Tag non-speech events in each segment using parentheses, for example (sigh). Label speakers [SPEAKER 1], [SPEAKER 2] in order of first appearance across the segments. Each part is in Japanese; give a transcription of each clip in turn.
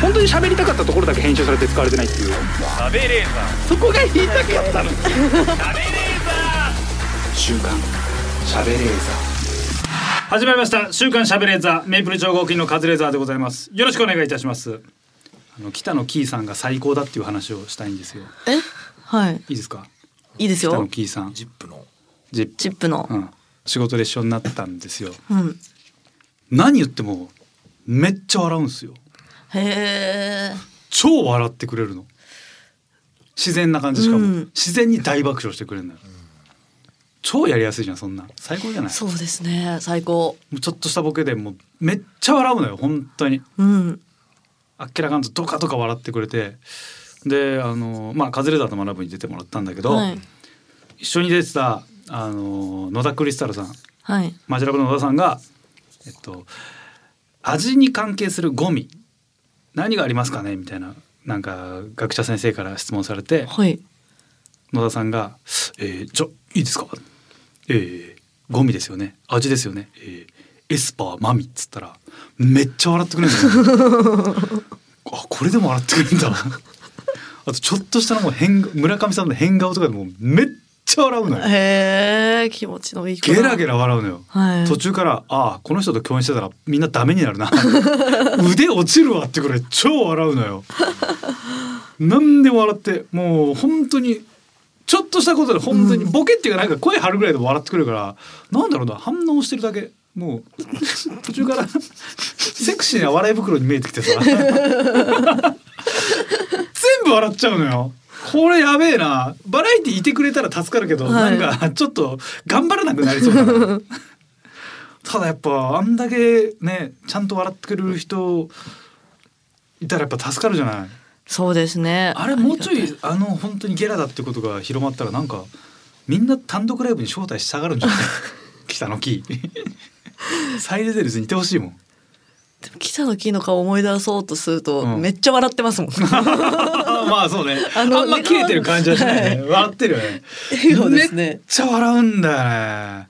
[SPEAKER 1] 本当に喋りたかったところだけ編集されて使われてないっていう
[SPEAKER 2] 食べれー
[SPEAKER 1] そこが言いたかったの週刊喋れー
[SPEAKER 2] 始まりました週刊しゃべれーザーメイプル超合金のカズレーザーでございますよろしくお願いいたしますあの北野キーさんが最高だっていう話をしたいんですよ
[SPEAKER 3] えはい
[SPEAKER 2] いいですか
[SPEAKER 3] いいです
[SPEAKER 2] 北野
[SPEAKER 3] よ
[SPEAKER 2] キーさん
[SPEAKER 4] ジップの
[SPEAKER 2] ジップ
[SPEAKER 3] チップの
[SPEAKER 2] うん仕事で一緒になったんですよ
[SPEAKER 3] うん
[SPEAKER 2] 何言ってもめっちゃ笑うんですよ
[SPEAKER 3] へえ
[SPEAKER 2] 超笑ってくれるの自然な感じしかも、
[SPEAKER 3] うん
[SPEAKER 2] 自然に大爆笑してくれるのよ、超やりやすいじゃんそんな最高じゃない
[SPEAKER 3] そうですね最高
[SPEAKER 2] もうちょっとしたボケでもうめっちゃ笑うのよ本当に
[SPEAKER 3] うん
[SPEAKER 2] あっけらかんとドカドカ笑ってくれてであのまあカズレーザーと学ぶに出てもらったんだけど、
[SPEAKER 3] はい
[SPEAKER 2] 一緒に出てたあの野田クリスタルさん
[SPEAKER 3] はい
[SPEAKER 2] マジラブの野田さんがえっと味に関係するゴミ何がありますかねみたいななんか学者先生から質問されて
[SPEAKER 3] はい
[SPEAKER 2] 野田さんが「えー、じゃいいですかえー、ゴミですよね味ですよね、えー、エスパーマミ」っつったらめっちゃ笑ってくれるんだよあこれでも笑ってくれるんだあとちょっとしたのもう変村上さんの変顔とかでもうめっちゃ笑うのよ
[SPEAKER 3] へえ気持ちのいい子
[SPEAKER 2] ゲ
[SPEAKER 3] だ
[SPEAKER 2] ラゲラ笑うのよ、
[SPEAKER 3] はい
[SPEAKER 2] 途中から「ああこの人と共演してたらみんなダメになる (laughs) な腕落ちるわ」ってくらい超笑うのよなんでも笑ってもう本当にちょっとしたことで本当にボケっていうかなんか声張るぐらいでも笑ってくるから、なんだろうな反応してるだけもう途中からセクシーな笑い袋に見えてきてさ全部笑っちゃうのよこれやべえなバラエティーいてくれたら助かるけど、
[SPEAKER 3] はい
[SPEAKER 2] なんかちょっと頑張らなくなりそうだなただやっぱあんだけねちゃんと笑ってくれる人いたらやっぱ助かるじゃない
[SPEAKER 3] そうですね
[SPEAKER 2] あれもうちょ
[SPEAKER 3] あり
[SPEAKER 2] いあの本当にゲラだってことが広まったらなんかみんな単独ライブに招待したがるんじゃない北の木サイレゼルスにいてほしいもん
[SPEAKER 3] がたい北の木の顔思い出そうとすると、
[SPEAKER 2] うん
[SPEAKER 3] めっちゃ笑ってます
[SPEAKER 2] (laughs)
[SPEAKER 3] もん笑
[SPEAKER 2] あまあそうねあ
[SPEAKER 3] あの
[SPEAKER 2] んま切れてる感じはしないね、
[SPEAKER 3] は
[SPEAKER 2] 笑ってるよね
[SPEAKER 3] 顔ですね
[SPEAKER 2] めっちゃ笑うんだよね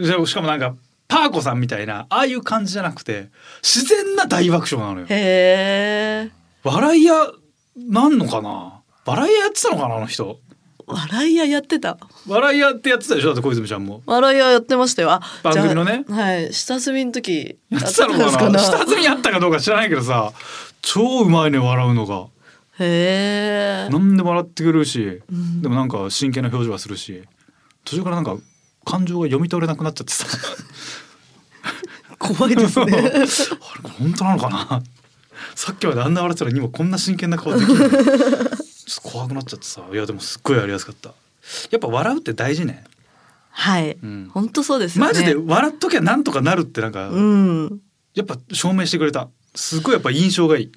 [SPEAKER 2] じゃあしかもなんかパーコさんみたいなああいう感じじゃなくて自然な大爆笑なのよ
[SPEAKER 3] へえ
[SPEAKER 2] 笑い屋なんのかな笑い屋やってたのかなあの人
[SPEAKER 3] 笑い屋やってた
[SPEAKER 2] 笑い屋ってやってたでしょだって小泉ちゃんも
[SPEAKER 3] 笑い屋やってましたよあ
[SPEAKER 2] 番組のね
[SPEAKER 3] じゃあはい下積みの時
[SPEAKER 2] やってたの
[SPEAKER 3] やって
[SPEAKER 2] か
[SPEAKER 3] たん
[SPEAKER 2] な
[SPEAKER 3] ですか
[SPEAKER 2] 下積みあったかどうか知らないけどさ超うまいね笑うのが (laughs)
[SPEAKER 3] へえ
[SPEAKER 2] 何でも笑ってくれるし、
[SPEAKER 3] ん
[SPEAKER 2] でもなんか真剣な表情はするし途中からなんか感情が読み取れなくなっちゃってさ
[SPEAKER 3] 怖い (laughs) です
[SPEAKER 2] (laughs)
[SPEAKER 3] ね
[SPEAKER 2] あれ本当なのかなさっきまであんな笑ってたら今こんな真剣な顔できるちょっと怖くなっちゃってさいやでもすっごいやりやすかったやっぱ笑うって大事ね
[SPEAKER 3] はい、
[SPEAKER 2] うん
[SPEAKER 3] 本当そうですよね
[SPEAKER 2] マジで笑っときゃなんとかなるってなんか、
[SPEAKER 3] うん本
[SPEAKER 2] やっぱ証明してくれたすごいやっぱ印象がいい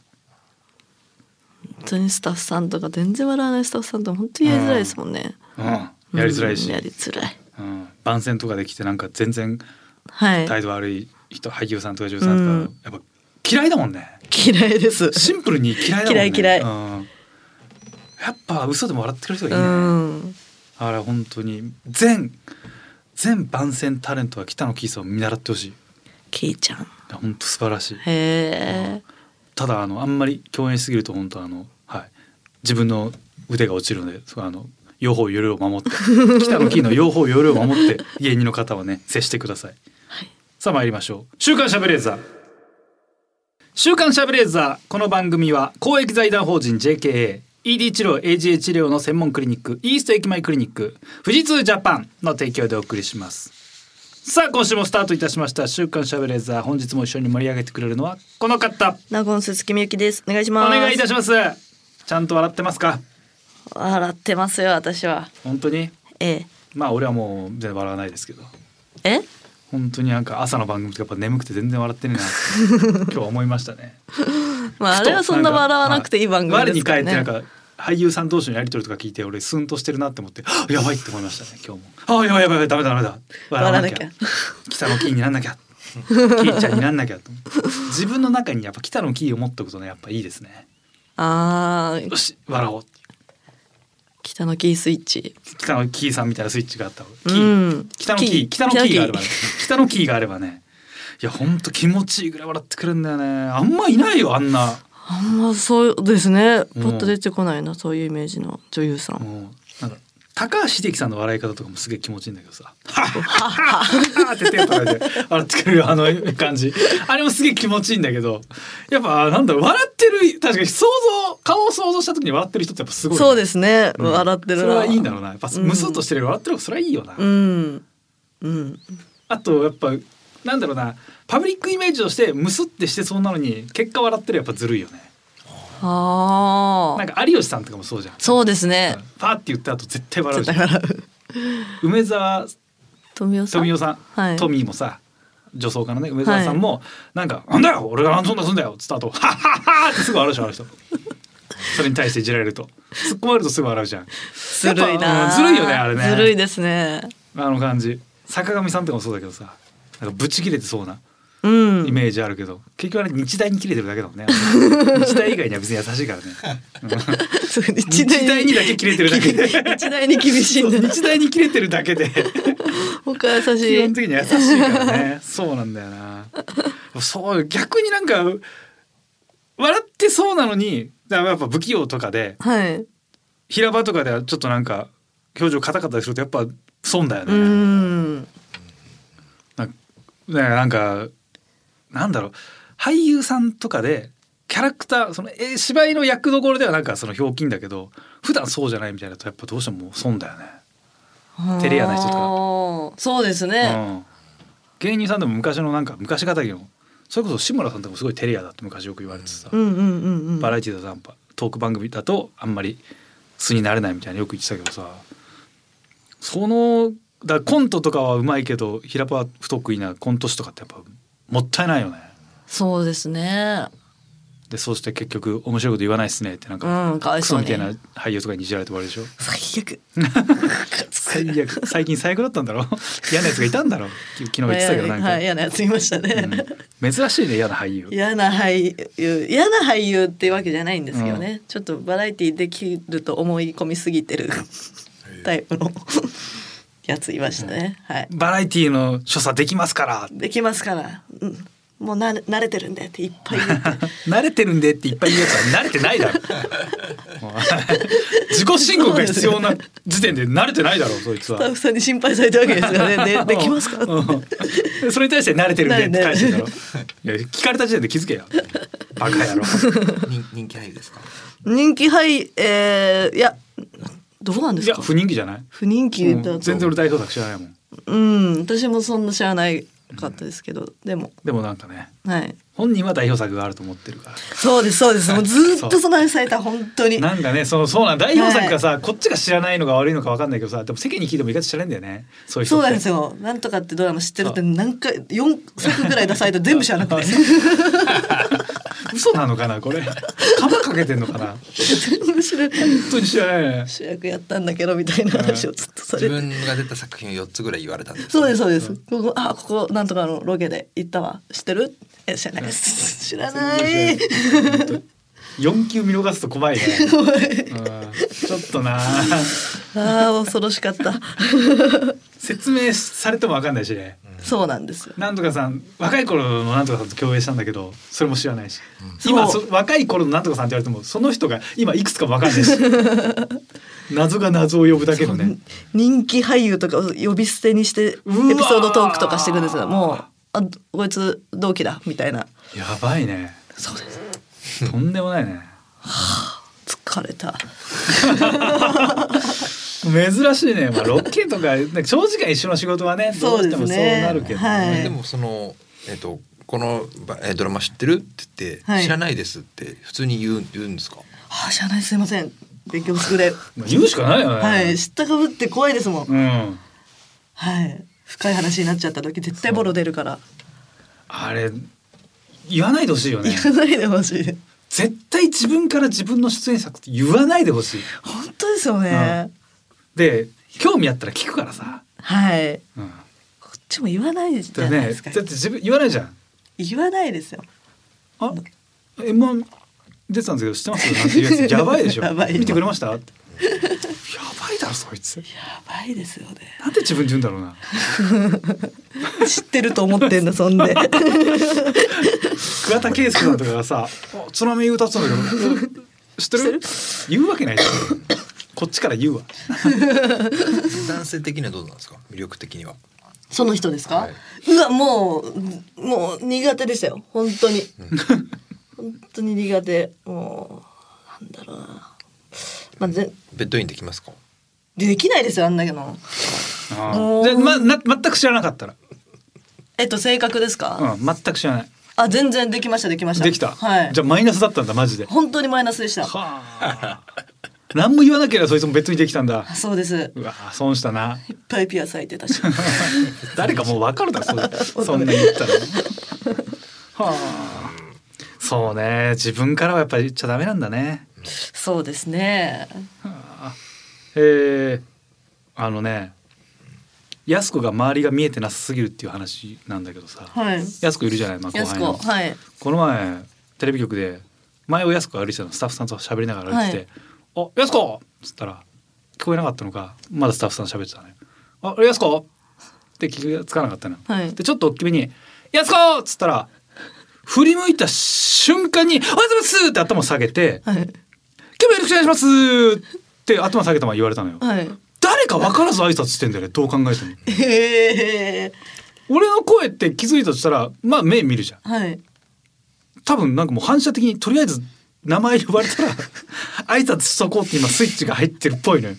[SPEAKER 3] 当にスタッフさんとか全然笑わないスタッフさんとか本当にやりづらいですもんね、
[SPEAKER 2] うんやりづらいし、
[SPEAKER 3] うんやりづらい
[SPEAKER 2] うん、番宣とかできてなんか全然
[SPEAKER 3] はい
[SPEAKER 2] 態度悪い人俳優さんとか女優さんとか、
[SPEAKER 3] うん
[SPEAKER 2] やっぱ嫌いだもんね
[SPEAKER 3] 嫌いです
[SPEAKER 2] シンプルに嫌いだもんね
[SPEAKER 3] 嫌い嫌い
[SPEAKER 2] うん、やっぱ嘘でも笑ってくれる人が
[SPEAKER 3] う
[SPEAKER 2] いいね、
[SPEAKER 3] ん
[SPEAKER 2] あれ本当に全全番宣タレントは北野キーさんを見習ってほしいい
[SPEAKER 3] ケイちゃん
[SPEAKER 2] や本当素晴らしい
[SPEAKER 3] へえ
[SPEAKER 2] ただあのあんまり共演しすぎると本当あのはい自分の腕が落ちるのでそこはあの両方夜を守って北野キーの両方夜を守って芸人の方はね接してください、さあ参りましょう週刊シャブレーザー週刊シャブレーザーこの番組は公益財団法人 JKA ED 治療 AGA 治療の専門クリニックイースト駅前クリニック富士通ジャパンの提供でお送りしますさあ今週もスタートいたしました週刊シャブレーザー本日も一緒に盛り上げてくれるのはこの方
[SPEAKER 3] 名古屋の鈴木みゆきですお願いし
[SPEAKER 2] お
[SPEAKER 3] ます
[SPEAKER 2] 願いいた
[SPEAKER 3] し
[SPEAKER 2] します。ちゃんと笑ってますか。
[SPEAKER 3] 笑ってますよ私は
[SPEAKER 2] 本当に。
[SPEAKER 3] え
[SPEAKER 2] まあ俺はもう全然笑わないですけど。
[SPEAKER 3] ええ
[SPEAKER 2] 本当になんか朝の番組とかやっぱ眠くて全然笑ってねえ (laughs) なって今日は思いましたね。
[SPEAKER 3] まああれはそんな笑わなくていい番組ですか
[SPEAKER 2] 我に返
[SPEAKER 3] らね
[SPEAKER 2] ってなんか俳優さん同士のやり取りとか聞いて俺スンとしてるなって思ってあやばいって思いましたね今日も。あやばいやばいやばいダメだダメだ。笑わなき
[SPEAKER 3] 笑わ
[SPEAKER 2] ゃ
[SPEAKER 3] な。
[SPEAKER 2] 北のキーになんなきゃ。キーちゃんになんなきゃと思って。自分の中にやっぱ北のキーを持っておくとねやっぱいいですね。
[SPEAKER 3] あー
[SPEAKER 2] よし笑おう。
[SPEAKER 3] 北のキースイッチ
[SPEAKER 2] 北のキーさんみたいなスイッチがあった方が。キ
[SPEAKER 3] う
[SPEAKER 2] ー。
[SPEAKER 3] ん
[SPEAKER 2] 北のキー北のキーがあればね北のキーがあればねいや本当気持ちいいぐらい笑ってくるんだよねあんまいないよあんな
[SPEAKER 3] あんまそうですねパッと出てこないな、そういうイメージの女優さん、
[SPEAKER 2] もうなんか高橋秀樹さんの笑い方とかもすげえ気持ちいいんだけどさ「はっはっは」って手とかで笑ってくれるあの感じあれもすげえ気持ちいいんだけどやっぱなんだろう笑ってる確かに想像顔を想像した時に笑ってる人ってやっぱすごいね
[SPEAKER 3] そうですね、
[SPEAKER 2] うん
[SPEAKER 3] 笑ってるな
[SPEAKER 2] それはいいんだろうなやっぱ
[SPEAKER 3] うん
[SPEAKER 2] むすっとしてるより笑ってる方がそれはいいよな、
[SPEAKER 3] うんうん
[SPEAKER 2] あとやっぱなんだろうなパブリックイメージとしてむすってしてそうなのに結果笑ってるやっぱずるいよね
[SPEAKER 3] あ
[SPEAKER 2] なん
[SPEAKER 3] あ
[SPEAKER 2] か有吉さんとかもそうじゃん
[SPEAKER 3] そうですね
[SPEAKER 2] うんパーって言った後絶対笑う
[SPEAKER 3] 絶
[SPEAKER 2] じゃ
[SPEAKER 3] 対
[SPEAKER 2] ん
[SPEAKER 3] 笑う
[SPEAKER 2] 梅沢
[SPEAKER 3] 富美男さん
[SPEAKER 2] 富美男さん、
[SPEAKER 3] はい
[SPEAKER 2] トミーもさ女装家のね梅沢さんも、なんか「なんだよ俺がなんそんだすんだよ」っつった後ハッハッハッ!」ってすぐ笑うじゃんあの人それに対していじられると突っ込まれるとすぐ笑うじゃん
[SPEAKER 3] ずるい
[SPEAKER 2] やっ
[SPEAKER 3] な
[SPEAKER 2] ぱうんずるいよねあれね
[SPEAKER 3] ずるいですね
[SPEAKER 2] あの感じ坂上さんとかもそうだけどさなんかブチ切れてそうな
[SPEAKER 3] うん
[SPEAKER 2] イメージあるけど、結局あれ日大に切れてるだけだもん (laughs) ね日大以外には別に優しいから (laughs) ね
[SPEAKER 3] そう日
[SPEAKER 2] 日大にだけ切れてるだけで
[SPEAKER 3] 日大に厳しい
[SPEAKER 2] そ
[SPEAKER 3] ん
[SPEAKER 2] う
[SPEAKER 3] だ
[SPEAKER 2] 日大に切れてるだけで (laughs)
[SPEAKER 3] 他優し
[SPEAKER 2] 基本
[SPEAKER 3] い
[SPEAKER 2] 的に優しいからねそうなんだよなそう逆になんか笑ってそうなのにだからやっぱ不器用とかで
[SPEAKER 3] はいうん
[SPEAKER 2] 平場とかではちょっとなんか表情カタカタするとやっぱ損だよね、
[SPEAKER 3] うん
[SPEAKER 2] なんかねなんかなんだろう俳優さんとかでキャラクターその、えー芝居の役どころではなんかそのひょうきんだけど普段そうじゃないみたいなとやっぱどうしても損だよね。照れ屋な人とか
[SPEAKER 3] とかそうですね
[SPEAKER 2] うん、芸人さんでも昔のなんか昔語りのそれこそ志村さんとかもすごいテレアだって昔よく言われてさ、
[SPEAKER 3] うんうんうんうん
[SPEAKER 2] バラエティーだとやっぱトーク番組だとあんまり素になれないみたいなよく言ってたけどさそのだコントとかはうまいけど平場は不得意なコント師とかってやっぱもったいないよね。
[SPEAKER 3] そうですね
[SPEAKER 2] でそうして結局面白いこと言わないっすねってなんか,、
[SPEAKER 3] うんかわい
[SPEAKER 2] ク
[SPEAKER 3] そ
[SPEAKER 2] ソ
[SPEAKER 3] う
[SPEAKER 2] み
[SPEAKER 3] に
[SPEAKER 2] たいな俳優とかにいじられて終わりでし
[SPEAKER 3] (laughs)
[SPEAKER 2] ょ
[SPEAKER 3] 最悪
[SPEAKER 2] 最悪最近最悪だったんだろ (laughs) 嫌なやつがいたんだろき昨日言ってたけどなんか、
[SPEAKER 3] はい嫌なやついましたね、
[SPEAKER 2] うん珍しいね嫌な俳優。
[SPEAKER 3] 嫌な俳優嫌な俳優ってわけじゃないんですよね、ちょっとバラエティできると思い込みすぎてるタイプの (laughs) やついましたね、はい
[SPEAKER 2] バラエティの所作できますから
[SPEAKER 3] できますから、うん、もうなれ慣れてるんでっていっぱい言 (laughs) って
[SPEAKER 2] 慣れてるんでっていっぱい言うやつは慣れ (laughs) てないだろお前 (laughs) 自己申告が必要な時点で慣れてないだろそいつ
[SPEAKER 3] スタッ
[SPEAKER 2] は
[SPEAKER 3] フさんに心配されたわけですから (laughs) ね
[SPEAKER 2] (laughs)
[SPEAKER 3] でできますか
[SPEAKER 2] うんうんそれに対して慣れてるんでって返してんだろいや聞かれた時点で気づけよバカやろ
[SPEAKER 3] (laughs)
[SPEAKER 4] 人 (laughs) 人気俳優ですか。
[SPEAKER 3] 人気俳えー、いやどうなんで
[SPEAKER 2] い
[SPEAKER 3] す
[SPEAKER 2] や
[SPEAKER 3] か
[SPEAKER 2] 不人気じゃない
[SPEAKER 3] 不人気だと、
[SPEAKER 2] う
[SPEAKER 3] うんん、
[SPEAKER 2] 全然俺代表作知らないもん
[SPEAKER 3] 私もそんな知らないかったですけど、でも
[SPEAKER 2] でもなんかね
[SPEAKER 3] はい
[SPEAKER 2] 本人は代表作があると思ってるから
[SPEAKER 3] そうですそうですもうずっとその話された本当 (laughs) に
[SPEAKER 2] なんかねそのそうなん代表作がさ、こっちが知らないのが悪いのかわかんないけどさでも世間に聞いても意外と知らないんだよねそういう人っ
[SPEAKER 3] そう
[SPEAKER 2] て
[SPEAKER 3] なんですよ。なんとかってドラマ知ってるって何回四作ぐらい出されて全部知らな (laughs) くて
[SPEAKER 2] 嘘なのかな
[SPEAKER 3] (laughs)
[SPEAKER 2] これ釜かけてんのかな
[SPEAKER 3] 全部知らない
[SPEAKER 2] 本当に知らないね
[SPEAKER 3] 主役やったんだけどみたいな話をずっとさ
[SPEAKER 4] 自
[SPEAKER 3] れて。
[SPEAKER 4] 分が出た作品を四つぐらい言われたんです。
[SPEAKER 3] そうですそうです。ここあここなんとかのロケで行ったわ。知ってる？え知らないです。知らない。
[SPEAKER 2] 四級見逃すと怖いね
[SPEAKER 3] (laughs) 怖
[SPEAKER 2] うんちょっとな
[SPEAKER 3] ああ恐ろしかった。
[SPEAKER 2] 説明されてもわかんないしね
[SPEAKER 3] そうなんですよ。
[SPEAKER 2] なんとかさん若い頃のなんとかさんと共演したんだけどそれも知らないし、今
[SPEAKER 3] そう
[SPEAKER 2] そ若い頃のなんとかさんって言われてもその人が今いくつかもわかん
[SPEAKER 3] (laughs)
[SPEAKER 2] ないし謎が謎を呼ぶだけのね
[SPEAKER 3] 人気俳優とかを呼び捨てにしてエピ
[SPEAKER 2] うわー
[SPEAKER 3] ソードトークとかしてくるんですよ。もうあこいつ同期だみたいな。
[SPEAKER 2] やばいね
[SPEAKER 3] そうです。
[SPEAKER 2] とんでもないね
[SPEAKER 3] 疲れた。
[SPEAKER 2] 珍しいね、まあ、ロケと
[SPEAKER 3] (laughs)
[SPEAKER 2] かなんか長時間一緒の仕事はねどうしてもそうなるけど、
[SPEAKER 3] そうですねはい
[SPEAKER 4] でもそのえっ、とこのばえードラマ知ってるって言って、
[SPEAKER 3] はい
[SPEAKER 4] 知らないですって普通に言う言うんですか。
[SPEAKER 3] あー知らないすいません勉強不足で
[SPEAKER 2] まあ言うしかないよね、
[SPEAKER 3] はい知ったかぶって怖いですもん
[SPEAKER 2] うん
[SPEAKER 3] はい深い話になっちゃった時絶対ボロ出るから
[SPEAKER 2] あれ言わないでほしいよね
[SPEAKER 3] 言わないでほしい
[SPEAKER 2] 絶対自分から自分の出演作って言わないでほしい
[SPEAKER 3] 本当ですよね、
[SPEAKER 2] で興味あったら聞くからさ、
[SPEAKER 3] はい
[SPEAKER 2] うん、
[SPEAKER 3] こっちも言わないじゃ
[SPEAKER 2] だ
[SPEAKER 3] ない
[SPEAKER 2] ね
[SPEAKER 3] です
[SPEAKER 2] だ
[SPEAKER 3] か、
[SPEAKER 2] って自分言わないじゃん
[SPEAKER 3] 言わないですよ
[SPEAKER 2] あ m (laughs) 1出てたんですけど知ってますなんて言うやつやばいでしょ
[SPEAKER 3] やばい
[SPEAKER 2] 見てくれましたやばいばいだろそいつ
[SPEAKER 3] やばいですよね
[SPEAKER 2] なんで自分で言うんだろうな
[SPEAKER 3] 知ってると思ってんだそ
[SPEAKER 2] (laughs)
[SPEAKER 3] んで
[SPEAKER 2] 桑田佳祐さんとかが (laughs) さ「お津波歌ってたんだけど知ってる言うわけないじゃんこっちから言うわ
[SPEAKER 4] 男性的にはどうなんですか魅力的には
[SPEAKER 3] その人ですか、
[SPEAKER 4] はいう
[SPEAKER 3] わもうもう苦手でしたよ本当に本当に苦手もうなんだろうなまあぜ
[SPEAKER 4] ベッドインできますか
[SPEAKER 3] できないですよあんだけど
[SPEAKER 2] あ
[SPEAKER 3] も
[SPEAKER 2] ーで、
[SPEAKER 3] う
[SPEAKER 2] ま、な全く知らなかったら、
[SPEAKER 3] えっと性格ですか、
[SPEAKER 2] うん、全く知らない
[SPEAKER 3] あ全然できましたできました
[SPEAKER 2] できた、
[SPEAKER 3] はい
[SPEAKER 2] じゃあマイナスだったんだマジでは
[SPEAKER 3] 本当にマイナスでした
[SPEAKER 2] あ (laughs) 何も言わなければそいつも別にできたんだ
[SPEAKER 3] そうです
[SPEAKER 2] うわー損したない
[SPEAKER 3] っぱいピア咲いて
[SPEAKER 2] (laughs)
[SPEAKER 3] たし
[SPEAKER 2] 誰かもう分かるだ
[SPEAKER 3] (laughs)
[SPEAKER 2] ろそれそんな言ったらはあそうね自分からはやっぱり言っちゃダメなんだね
[SPEAKER 3] そうですね
[SPEAKER 2] えー、あのね安子が周りが見えてなさすぎるっていう話なんだけどさ、
[SPEAKER 3] はい
[SPEAKER 2] 安子いるじゃない、まあ、後
[SPEAKER 3] やす
[SPEAKER 2] 輩
[SPEAKER 3] 子
[SPEAKER 2] の、
[SPEAKER 3] はい
[SPEAKER 2] この前テレビ局で前を安子が歩いてたのスタッフさんと喋りながら歩いてて「あ安子!」っつったら聞こえなかったのかまだスタッフさん喋ってたね「あ安子!」って気がつかなかったの、
[SPEAKER 3] はい
[SPEAKER 2] でちょっと大きめに「安子!」っつったら振り向いた瞬間に「おはようございます!」って頭下げて「
[SPEAKER 3] はい
[SPEAKER 2] 今日もよろしくお願いします!」って頭下げたまま言われたのよ、
[SPEAKER 3] はい
[SPEAKER 2] 誰か分からず挨拶してんだよねどう考えても
[SPEAKER 3] へえ
[SPEAKER 2] 俺の声って気づいたとしたらまあ目見るじゃん
[SPEAKER 3] はい
[SPEAKER 2] 多分なんかもう反射的にとりあえず名前呼ばれたら挨拶しとこうって今スイッチが入ってるっぽいのよ。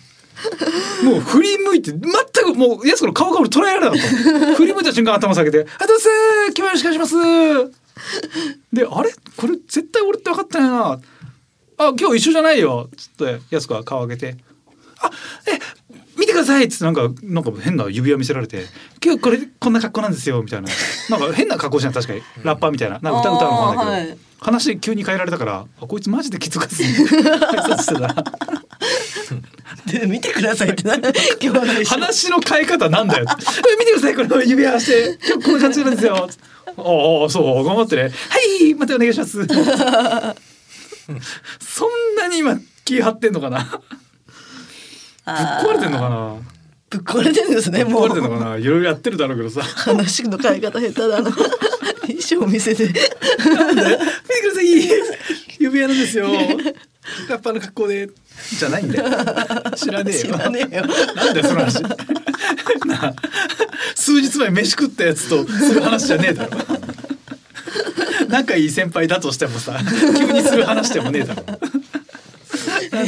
[SPEAKER 2] もう振り向いて全くもうやつの顔が俺捉えられなか
[SPEAKER 3] (laughs)
[SPEAKER 2] った振り向いた瞬間頭下げて「あどうせ決まりしくお願いします」で「あれこれ絶対俺って分かってないな」あ「あ今日一緒じゃないよ」っつってやつが顔上げて「あえ見てください」っつってなんかなんか変な指輪見せられて「今日これこんな格好なんですよ」みたいななんか変な格好じゃん確かにラッパーみたいななんか歌歌うのかなんだけど、
[SPEAKER 3] あーはい
[SPEAKER 2] 話急に変えられたから「あこいつマジで気づかずに挨拶してたな」
[SPEAKER 3] で見てくださいってな
[SPEAKER 2] (laughs)
[SPEAKER 3] 言わないでしょ
[SPEAKER 2] 話の変え方なん (laughs) だよ。え見てください、この指輪して、今日こういう感じなんですよ。ああ、そう、頑張ってね。はい、またお願いし (laughs) ます。そんなに今、気張ってんのかな。ぶっ
[SPEAKER 3] あー
[SPEAKER 2] 壊れてんのかな。
[SPEAKER 3] ぶっ壊れてるんですね
[SPEAKER 2] ぶっ
[SPEAKER 3] も
[SPEAKER 2] 壊れてんの
[SPEAKER 3] う
[SPEAKER 2] かな、いろいろやってるだろうけどさ。
[SPEAKER 3] 話の変え方下手だな衣装見せ
[SPEAKER 2] (laughs)
[SPEAKER 3] て
[SPEAKER 2] 見てください、指輪なんですよ。 (laughs) ラッパーの格好で、じゃないんだよ。 (laughs) 知らねえ
[SPEAKER 3] 知
[SPEAKER 2] よ。
[SPEAKER 3] らねえよ
[SPEAKER 2] なんだよその話 (laughs) なあ数日前飯食ったやつとする話じゃねえだろ (laughs) 仲いい先輩だとしてもさ急にする話でもねえだろなん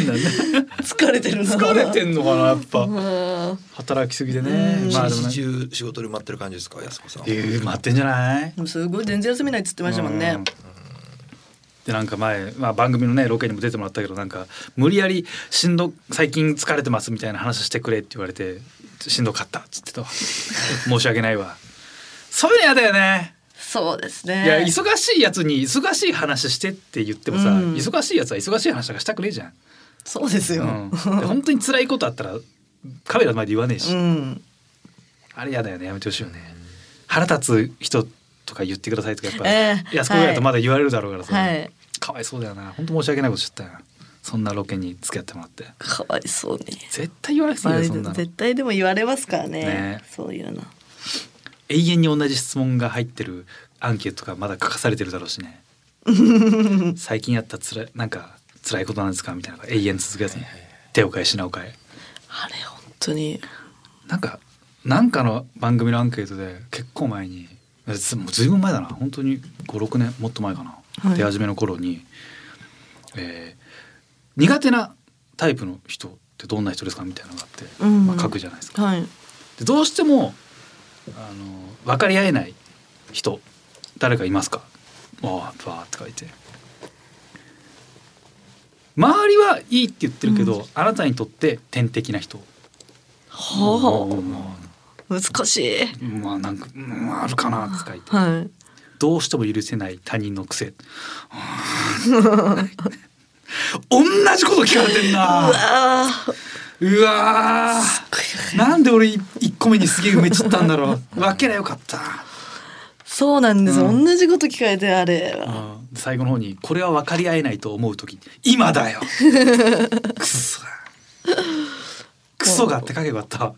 [SPEAKER 2] だね
[SPEAKER 3] 疲れてるな
[SPEAKER 2] 疲れてんのかなやっぱ
[SPEAKER 3] うん働
[SPEAKER 2] 働きすぎでねまあでも
[SPEAKER 4] 一
[SPEAKER 2] ね
[SPEAKER 4] 日中仕事で待ってる感じですか安子さんは
[SPEAKER 2] えー、待ってんじゃない
[SPEAKER 3] でもすごい全然休みないっつってましたもん
[SPEAKER 2] う
[SPEAKER 3] ね
[SPEAKER 2] でなんか前、まあ、番組のねロケにも出てもらったけどなんか無理やりしんど最近疲れてますみたいな話してくれって言われてしんどかったっつってたわ申し訳ないわそういうのやだよね、
[SPEAKER 3] そうです
[SPEAKER 2] いや
[SPEAKER 3] ね
[SPEAKER 2] 忙しいやつに忙しい話してって言ってもさ、
[SPEAKER 3] うん
[SPEAKER 2] 忙しいやつは忙しい話なんかしたくねえじゃん、
[SPEAKER 3] そうですよ
[SPEAKER 2] うん、で本当に辛いことあったらカメラの前で言わねえし、
[SPEAKER 3] うん
[SPEAKER 2] あれやだよねやめてほしいよね腹立つ人とか言ってくださいとかやっぱ、
[SPEAKER 3] ええ
[SPEAKER 2] 安子ぐらいだとまだ言われるだろうからさ、
[SPEAKER 3] はい
[SPEAKER 2] かわいそうだよな本当申し訳ないことしちゃったよそんなロケに付き合ってもらって
[SPEAKER 3] かわいそうに
[SPEAKER 2] 絶対言わなくていい
[SPEAKER 3] まあ
[SPEAKER 2] よそんなの
[SPEAKER 3] 絶対でも言われますからね
[SPEAKER 2] ね
[SPEAKER 3] そういうの
[SPEAKER 2] 永遠に同じ質問が入ってるアンケートがまだ書かされてるだろうし
[SPEAKER 3] (laughs)
[SPEAKER 2] ね最近やったつらなんか辛いことなんですかみたいなのが永遠続くやつね手を変え品を変え
[SPEAKER 3] あれ本当に
[SPEAKER 2] なんかなんかの番組のアンケートで結構前にずもうずいぶん前だな本当に56年もっと前かな、
[SPEAKER 3] はい
[SPEAKER 2] 出始めの頃に、えー苦手なタイプの人ってどんな人ですかみたいなのがあって、
[SPEAKER 3] うん
[SPEAKER 2] まあ、書くじゃないですか。
[SPEAKER 3] はい
[SPEAKER 2] でどうしてもあの分かり合えない人誰かいますかわーわーって書いて周りはいいって言ってるけど、あなたにとって天敵な人。
[SPEAKER 3] は
[SPEAKER 2] もう
[SPEAKER 3] あ難しい
[SPEAKER 2] まあなんか、うんあるかなって書いて、
[SPEAKER 3] はい
[SPEAKER 2] どうしても許せない他人の (laughs) 癖。同じこと聞かれてんな。
[SPEAKER 3] あ
[SPEAKER 2] うわー。なんで俺い一個目にすげえ埋めちゃったんだろ (laughs) う。分けりゃよかった。
[SPEAKER 3] そうなんです、
[SPEAKER 2] うん
[SPEAKER 3] 同じこと聞かれてあれ
[SPEAKER 2] うん最後の方にこれは分か
[SPEAKER 3] (laughs)
[SPEAKER 2] り合えないと思う時今だよ。くそ。くクソがあって書けばよかった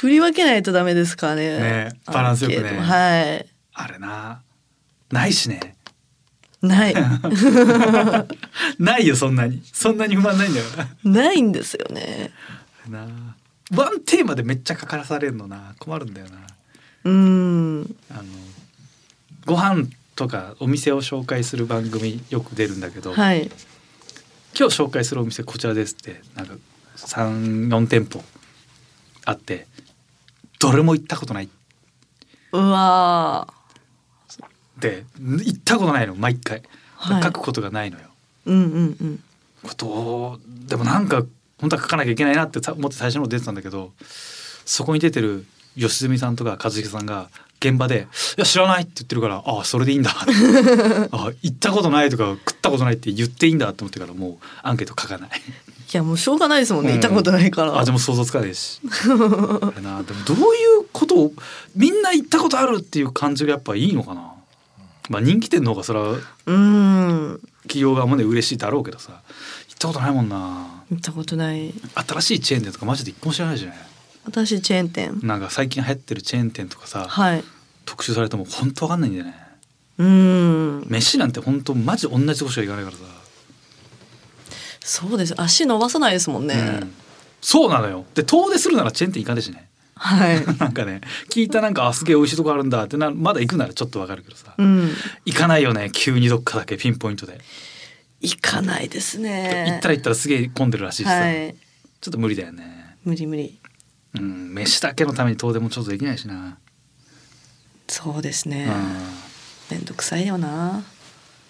[SPEAKER 3] 振り分けないとダメですからね。
[SPEAKER 2] ねバランスよくね
[SPEAKER 3] アンケートは
[SPEAKER 2] あれなないしね (laughs)
[SPEAKER 3] い。ない。
[SPEAKER 2] ないよそんなにそんなに不満ないんだよ
[SPEAKER 3] ないんですよね。
[SPEAKER 2] ななワンテーマでめっちゃ書からされるのな困るんだよな
[SPEAKER 3] うん。
[SPEAKER 2] あのご飯とかお店を紹介する番組よく出るんだけど、
[SPEAKER 3] はい。
[SPEAKER 2] 今日紹介するお店こちらですってなんか34店舗あってどれも行ったことないっ
[SPEAKER 3] うわー。
[SPEAKER 2] て行ったことないの毎回、
[SPEAKER 3] はい
[SPEAKER 2] 書くことがないのよ。
[SPEAKER 3] うんうんうん。
[SPEAKER 2] ことでもなんか本当は書かなきゃいけないなってさ思って最初の方出てたんだけどそこに出てる良純さんとか一茂さんが現場で「いや知らない」って言ってるから「ああそれでい
[SPEAKER 3] (laughs)
[SPEAKER 2] いんだ」ってあ行ったことないとか食ったことないって言っていいんだって思ってからもうアンケート書かない
[SPEAKER 3] いやもうしょうがないですもんね。
[SPEAKER 2] うん
[SPEAKER 3] 行ったことないから。
[SPEAKER 2] あでも想像つかないしあれなでもどういうことをみんな行ったことあるっていう感じがやっぱいいのかなまあ人気店の方がそれは
[SPEAKER 3] うん。行
[SPEAKER 2] 企業側もね嬉しいだろうけどさ行ったことないもんな
[SPEAKER 3] ったことない。
[SPEAKER 2] 新しいチェーン店とかマジで一本知らないじゃない
[SPEAKER 3] 私チェーン店。
[SPEAKER 2] なんか最近流行ってるチェーン店とかさ、
[SPEAKER 3] はい。
[SPEAKER 2] 特集されても本当わかんないんだよね
[SPEAKER 3] うん。
[SPEAKER 2] 飯なんて本当マジ同じとこしか行かないからさ、
[SPEAKER 3] そうです。足伸ばさないですもんね。
[SPEAKER 2] うんそうなのよで遠出するならチェーン店行かないしね (laughs)
[SPEAKER 3] (laughs) はい。
[SPEAKER 2] なんかね聞いたなんかあすげえ美味しいとこあるんだってなまだ行くならちょっとわかるけどさ、
[SPEAKER 3] うん。
[SPEAKER 2] 行かないよね急にどっかだけピンポイントで、
[SPEAKER 3] 行かないですね。
[SPEAKER 2] 行ったら行ったらすげえ混んでるらしいしさ、
[SPEAKER 3] はい。
[SPEAKER 2] ちょっと無理だよね
[SPEAKER 3] 無理無理。
[SPEAKER 2] うん飯だけのために遠出もちょっとできないしな、
[SPEAKER 3] そうですね。
[SPEAKER 2] う
[SPEAKER 3] めんどくさいよな。
[SPEAKER 2] ん、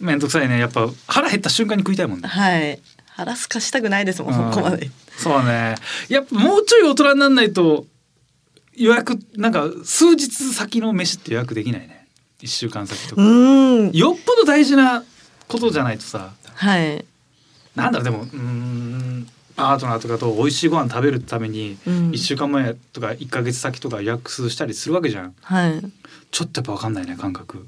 [SPEAKER 2] めんどくさいねやっぱ腹減った瞬間に食いたいも
[SPEAKER 3] (laughs)
[SPEAKER 2] んね
[SPEAKER 3] はい。腹すかしたくないですもん。そこま
[SPEAKER 2] う
[SPEAKER 3] で
[SPEAKER 2] ん。そうねやっぱもうちょい大人になんないと予約なんか数日先の飯って予約できないね1週間先と
[SPEAKER 3] う
[SPEAKER 2] か、
[SPEAKER 3] ーん。
[SPEAKER 2] よっぽど大事なことじゃないとさ
[SPEAKER 3] はい。
[SPEAKER 2] なんだろうでもうーんパートナーとかと美味しいご飯食べるために
[SPEAKER 3] うん
[SPEAKER 2] 1週間前とか1ヶ月先とか予約したりするわけじゃん
[SPEAKER 3] はい。
[SPEAKER 2] ちょっとやっぱ分かんないね感覚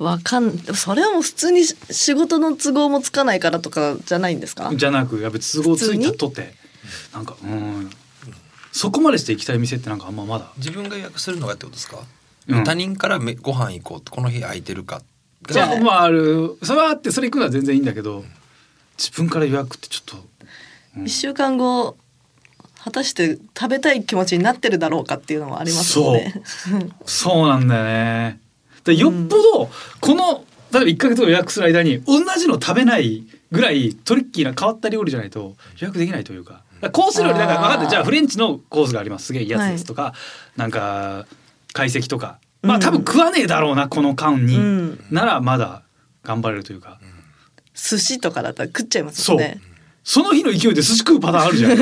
[SPEAKER 3] わかん、それはもう普通にし仕事の都合もつかないからとかじゃないんですか。
[SPEAKER 2] じゃなくやっぱ都合ついたとてなんかうーんそこまでして行きたい店ってなんかあんままだ、
[SPEAKER 4] 自分が予約するのがってことですか、
[SPEAKER 2] うん
[SPEAKER 4] 他人からめご飯行こうとこの日空いてるかが
[SPEAKER 2] じゃあまああるそれはあってそれ行くのは全然いいんだけど自分から予約ってちょっと、うん
[SPEAKER 3] 一週間後。果たして食べたい気持ちになってるだろうかっていうのもありますよね。
[SPEAKER 2] そうなんだよねでよっぽどこの例えば1ヶ月後予約する間に同じの食べないぐらいトリッキーな変わった料理じゃないと予約できないというかだからコース料理だから
[SPEAKER 3] あー
[SPEAKER 2] 分かってじゃあフレンチのコースがありますすげえいいやつですとか、なんか解析とかまあ多分食わねえだろうなこの間に、
[SPEAKER 3] うん
[SPEAKER 2] ならまだ頑張れるというか、
[SPEAKER 3] 寿司とかだったら食っちゃいますもんね。
[SPEAKER 2] その日の勢いで寿司食うパターンあるじゃん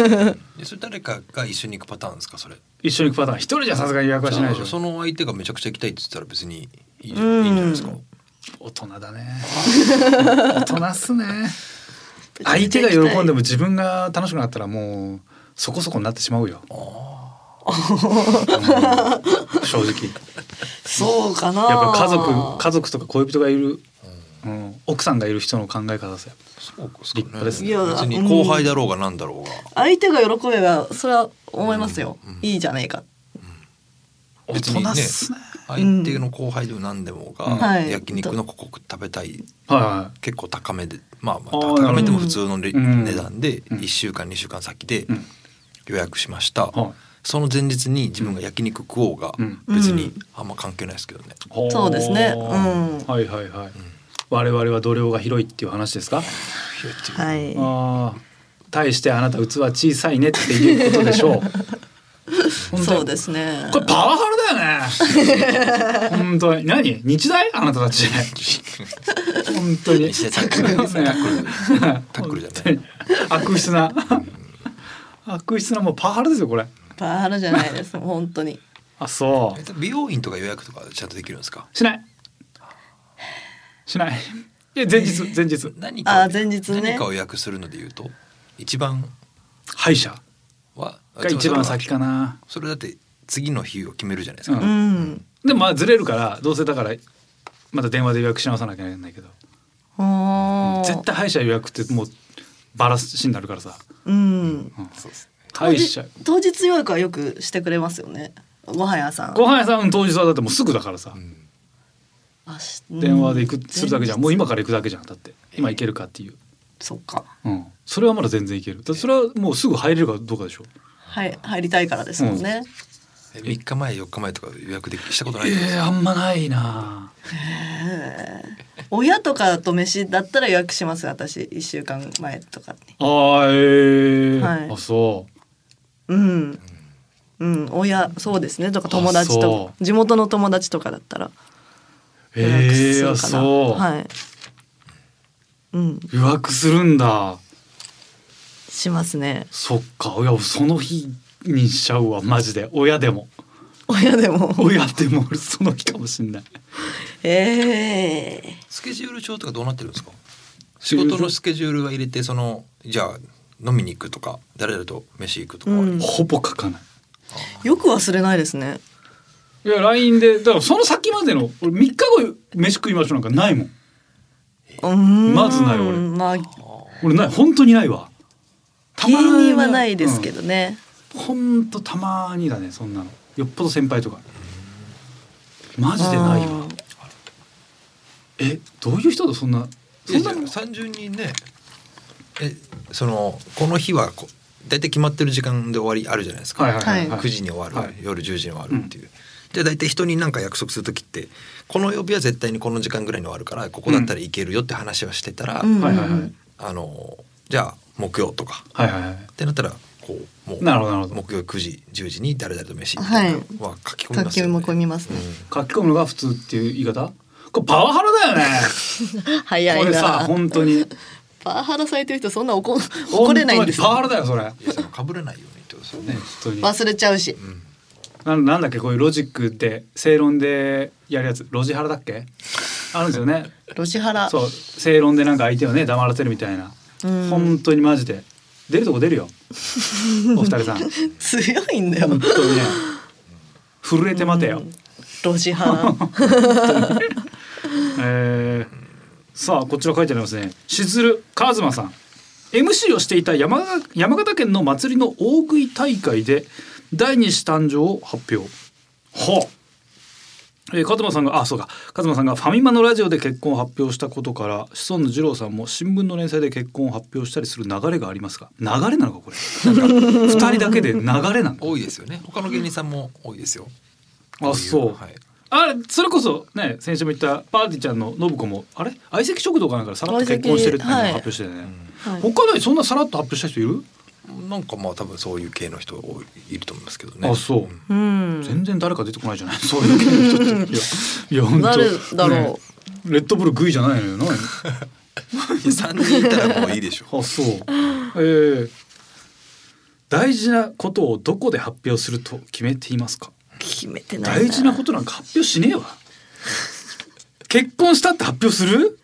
[SPEAKER 4] でそれ誰かが一緒に行くパターンですかそれ
[SPEAKER 2] 一緒に行くパターン一人じゃさすがに予約はしないでし
[SPEAKER 4] そ
[SPEAKER 2] ょ
[SPEAKER 4] の相手がめちゃくちゃ行きたいって言ったら別にいい,、
[SPEAKER 3] うん
[SPEAKER 4] いいんじゃないですか
[SPEAKER 2] 大人だね大人っすね相手が喜んでも。自分が楽しくなったらもうそこそこになってしまうよ、うん正直
[SPEAKER 3] そうかな。
[SPEAKER 2] やっぱ家族家族とか恋人がいる、うん、奥さんがいる人の考え方ですよ
[SPEAKER 4] そうです
[SPEAKER 2] 立派です
[SPEAKER 3] ねいや
[SPEAKER 4] 別に後輩だろうがなんだろうが、
[SPEAKER 3] 相手が喜べば、それは思いますよ。いいじゃないか。
[SPEAKER 2] 大
[SPEAKER 4] 別
[SPEAKER 2] 人
[SPEAKER 4] にね
[SPEAKER 2] っすね
[SPEAKER 4] 相手の後輩でも何でもが、
[SPEAKER 2] うん
[SPEAKER 3] はい
[SPEAKER 4] 焼肉のここ食べたい
[SPEAKER 2] はいは
[SPEAKER 4] 結構高めでまあまあ
[SPEAKER 2] あー
[SPEAKER 4] 高めても普通のれ
[SPEAKER 2] うん
[SPEAKER 4] 値段で
[SPEAKER 2] うん
[SPEAKER 4] 1週間2週間先で
[SPEAKER 2] い、うん
[SPEAKER 4] 予約しました、
[SPEAKER 2] はい
[SPEAKER 4] その前日に自分が焼肉食おうが
[SPEAKER 2] うん
[SPEAKER 4] 別
[SPEAKER 3] う
[SPEAKER 4] に
[SPEAKER 3] ん
[SPEAKER 4] あんま関係ないですけどね、
[SPEAKER 2] ほー
[SPEAKER 3] そうですねうん
[SPEAKER 2] はいはいはい、我々は度量が広いっていう話ですか
[SPEAKER 3] はい。
[SPEAKER 2] ああ、対してあなた器小さいねっていうことでしょう。本当に
[SPEAKER 3] そうですね。
[SPEAKER 2] これパワハラだよね。本当に何日大あなたたち。本当に。
[SPEAKER 4] 日大タックルタ
[SPEAKER 2] ね
[SPEAKER 4] タックルじゃない
[SPEAKER 2] 悪質な。悪質なもうパワハラですよこれ。
[SPEAKER 3] パワハラじゃない
[SPEAKER 2] (laughs)
[SPEAKER 3] です。本当に。
[SPEAKER 2] あそ
[SPEAKER 4] えっと美容院とか予約とかちゃんとできるんですか
[SPEAKER 2] う。しない。しない。いや前日前日
[SPEAKER 4] 何かを
[SPEAKER 3] あー前日ね
[SPEAKER 4] 何かを予約するので言うと一番
[SPEAKER 2] 歯医者
[SPEAKER 4] は
[SPEAKER 2] が一番先かな。
[SPEAKER 4] それだって次の日を決めるじゃないですか、
[SPEAKER 2] う
[SPEAKER 3] うんん。
[SPEAKER 2] でもまあずれるからどうせだからまた電話で予約し直さなきゃいけないけど。
[SPEAKER 3] あー
[SPEAKER 2] 絶対歯医者予約ってもうバラシになるからさ
[SPEAKER 3] うん。
[SPEAKER 4] そうですね
[SPEAKER 3] 当
[SPEAKER 2] 敗
[SPEAKER 3] 日
[SPEAKER 2] 者
[SPEAKER 3] 当日予約はよくしてくれますよねごはん屋さん
[SPEAKER 2] ご飯屋さん当日はだってもうすぐだからさ、
[SPEAKER 3] あし
[SPEAKER 2] 電話で行
[SPEAKER 3] うん
[SPEAKER 2] くするだけじゃんもう今から行くだけじゃんだって今行けるかっていう、
[SPEAKER 3] そっか
[SPEAKER 2] うん、それはまだ全然行けるだってそれはもうすぐ入れるかどうかでしょ
[SPEAKER 3] はい入りたいからですもんね、
[SPEAKER 4] え三日前四日前とか予約できしたことない
[SPEAKER 2] え
[SPEAKER 4] です
[SPEAKER 2] えあんまないな
[SPEAKER 3] へえ親とかと飯だったら予約します私一週間前とかに
[SPEAKER 2] あーええ
[SPEAKER 3] はい
[SPEAKER 2] あそう
[SPEAKER 3] うんうん親そうですねとか友達
[SPEAKER 2] あ
[SPEAKER 3] と
[SPEAKER 2] そ
[SPEAKER 3] 地元の友達とかだったら予約
[SPEAKER 2] え
[SPEAKER 3] す
[SPEAKER 2] え
[SPEAKER 3] る
[SPEAKER 2] あ
[SPEAKER 3] かな、
[SPEAKER 2] そう、
[SPEAKER 3] はいうん
[SPEAKER 2] 予約するんだ
[SPEAKER 3] しますね
[SPEAKER 2] そっかいやその日にしちゃうわマジで親でも
[SPEAKER 3] 親でも
[SPEAKER 2] (laughs) 親でも俺その日かもしんない
[SPEAKER 3] ええ
[SPEAKER 4] スケジュール帳とかどうなってるんですか仕事のスケジュールは入れてそのじゃあ飲みに行くとか誰々と飯行くとかはある、
[SPEAKER 3] うん
[SPEAKER 2] ほぼ書かない
[SPEAKER 3] よく忘れないですね
[SPEAKER 2] いや LINE でだからその先までの俺3日後飯食いましょうなんかないもん
[SPEAKER 3] うーん
[SPEAKER 2] まずない俺
[SPEAKER 3] まあ
[SPEAKER 2] 俺ない本当にないわ
[SPEAKER 3] 芸人はないですけ
[SPEAKER 2] ど、
[SPEAKER 3] どね、
[SPEAKER 2] うんほんとたまにだねそんなのよっぽど先輩とかマジでないわえどういう人だそんなそ
[SPEAKER 4] え
[SPEAKER 2] ん
[SPEAKER 4] じゃ
[SPEAKER 2] な
[SPEAKER 4] あ30人ねえそのこの日はこ大体決まってる時間で終わりあるじゃないですか、
[SPEAKER 2] はいはいはい、
[SPEAKER 3] は
[SPEAKER 2] はい
[SPEAKER 4] 9時に終わる、
[SPEAKER 2] はい
[SPEAKER 4] 夜10時に終わるっていう、じゃあ大体人に何か約束する時ってこの曜日は絶対にこの時間ぐらいに終わるからここだったらいけるよって話はしてたら、
[SPEAKER 3] うん
[SPEAKER 2] はいはいはい
[SPEAKER 4] あのじゃあ木曜とか
[SPEAKER 2] はいはいはい
[SPEAKER 4] ってなったらこうもう
[SPEAKER 2] なるほどなるほど
[SPEAKER 4] 木曜9時10時に誰々と飯みたいなのは書き込み
[SPEAKER 3] 書
[SPEAKER 4] ます
[SPEAKER 3] き
[SPEAKER 4] よね、
[SPEAKER 3] 込みますね、
[SPEAKER 2] 書き込むのが普通っていう言い方これパワハラだよね
[SPEAKER 3] 早
[SPEAKER 2] こ
[SPEAKER 3] い
[SPEAKER 2] れさ
[SPEAKER 3] な
[SPEAKER 2] 本当に
[SPEAKER 3] パワハラされてる人そんな怒 (laughs) 怒れないんです
[SPEAKER 2] 本当にパワハラだよそれね
[SPEAKER 4] うんいやその被らないようにってことですよね。
[SPEAKER 2] 本当に
[SPEAKER 3] 忘れちゃうし
[SPEAKER 4] うん
[SPEAKER 2] なんなんだっけこういうロジックで正論でやるやつロジハラだっけあるんですよね
[SPEAKER 3] ロシハラ
[SPEAKER 2] そう正論でなんか相手をね黙らせるみたいな、
[SPEAKER 3] うん
[SPEAKER 2] 本当にマジで出るとこ出るよお二人
[SPEAKER 3] (laughs)
[SPEAKER 2] さん
[SPEAKER 3] 強いんだよ
[SPEAKER 2] 本当にね震えて待てよ、
[SPEAKER 3] ロシハ
[SPEAKER 2] (laughs)
[SPEAKER 3] ラ
[SPEAKER 2] えーさあこちら書いてありますねしずるかずまさん MC をしていた山が山形県の祭りの大食い大会で第二子誕生を発表はあえー、勝間さんがあそうか勝間さんがファミマのラジオで結婚を発表したことから志尊の二郎さんも新聞の連載で結婚を発表したりする流れがありますが流れなのかこれなんか二人だけで流れなの
[SPEAKER 4] 多いですよね。他の芸人さんも多いですよ。
[SPEAKER 2] あそう
[SPEAKER 4] はい。
[SPEAKER 2] あれそれこそね先週も言ったパーティーちゃんの信子もあれ相席食堂かなんかでさらっと結婚してるっていうのを
[SPEAKER 3] はい
[SPEAKER 2] 発表してたよね、
[SPEAKER 3] はい
[SPEAKER 2] 他にそんなさらっと発表した人いる、
[SPEAKER 4] なんかまあ多分そういう系の人多いいると思いますけどね。
[SPEAKER 2] あそう、
[SPEAKER 4] ん
[SPEAKER 3] うん
[SPEAKER 2] 全然誰か出てこないじゃないそういう系の人っていやいや本当
[SPEAKER 3] 誰だろう
[SPEAKER 2] ねレッドブルグイじゃないのよなあ。
[SPEAKER 4] いや三人いたらもういいでしょ
[SPEAKER 2] そうえー大事なことをどこで発表すると決めていますか
[SPEAKER 3] 決めてない
[SPEAKER 2] 大事なことなんか発表しねえわ結婚したって発表する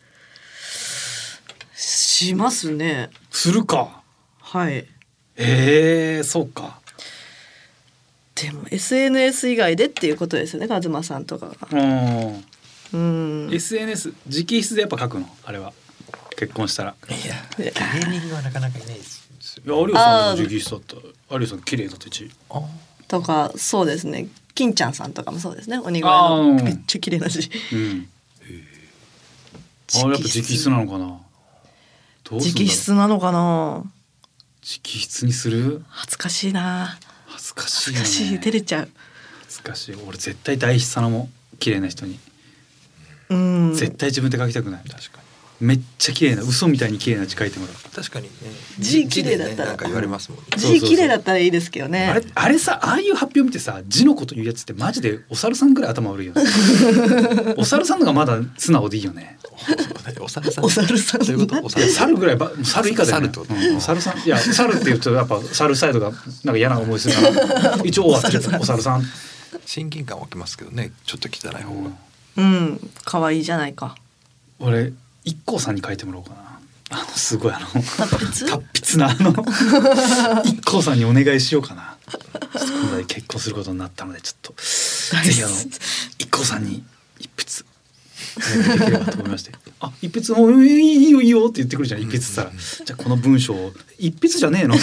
[SPEAKER 3] しますね
[SPEAKER 2] するか
[SPEAKER 3] はい
[SPEAKER 2] えー、そうか
[SPEAKER 3] でも SNS 以外でっていうことですよねカズマさんとかが
[SPEAKER 2] うん
[SPEAKER 3] うん
[SPEAKER 2] SNS 直筆でやっぱ書くのあれは結婚したら
[SPEAKER 4] いや芸人はなかなかいないです
[SPEAKER 2] いや有
[SPEAKER 4] よ。
[SPEAKER 2] 吉さんの直筆だった有吉さん綺麗だったち
[SPEAKER 4] あ
[SPEAKER 3] とかそうですね金ちゃんさんとかもそうですね鬼越
[SPEAKER 2] あ
[SPEAKER 3] の
[SPEAKER 2] ー
[SPEAKER 3] めっちゃ綺麗だし
[SPEAKER 2] うんあれやっぱ直筆なのかなどうすんだろう
[SPEAKER 3] 直筆なのかな
[SPEAKER 2] 直筆にする
[SPEAKER 3] 恥ずかしいな
[SPEAKER 2] 恥ずかしい
[SPEAKER 3] 恥ず
[SPEAKER 2] よ、ね、
[SPEAKER 3] かしい照れちゃう
[SPEAKER 2] 恥ずかしい俺絶対大筆さなも綺麗な人に、
[SPEAKER 3] うん
[SPEAKER 2] 絶対自分で書きたくない
[SPEAKER 4] 確かに。
[SPEAKER 2] めっちゃ綺麗な嘘みたいに綺麗な字書いてもらう
[SPEAKER 4] 確かにね。
[SPEAKER 3] 字綺麗だったら
[SPEAKER 4] 字でねなんか言われますもんね。
[SPEAKER 2] そうそう
[SPEAKER 3] 字
[SPEAKER 2] そう
[SPEAKER 3] 綺麗だったらいいですけどね
[SPEAKER 2] あれあれさああいう発表見てさ字のこと言うやつってマジでお猿さんぐらい頭悪い
[SPEAKER 3] (laughs)
[SPEAKER 2] よねお猿さんのがまだ素直でいいよね
[SPEAKER 4] お猿さん。
[SPEAKER 3] お猿さん
[SPEAKER 4] そういうこと。お
[SPEAKER 2] い
[SPEAKER 4] 猿
[SPEAKER 2] や
[SPEAKER 4] さん。
[SPEAKER 2] 猿ぐらいば猿以下だよ、ね、
[SPEAKER 4] 猿ってこと
[SPEAKER 2] うん猿さんいや猿って言うとやっぱ猿サイドがなんか嫌な思いする
[SPEAKER 4] (laughs)
[SPEAKER 2] から一応終わってるお猿さん
[SPEAKER 4] 親近感湧きますけどね。ちょっと汚い方が。
[SPEAKER 3] うん可愛いじゃないか
[SPEAKER 2] 俺一光さんに書いてもらおうかなあのすごいあの
[SPEAKER 3] 達 (laughs) 筆
[SPEAKER 2] 達筆なあの一光さんにお願いしようかなちょっと今回結婚することになったのでちょっとぜひあの一光さんに一筆できればと思いまして (laughs) 「あ一筆もういいよいいよ」って言ってくるじゃん一筆したら「じゃあこの文章を一筆じゃねえの (laughs) 一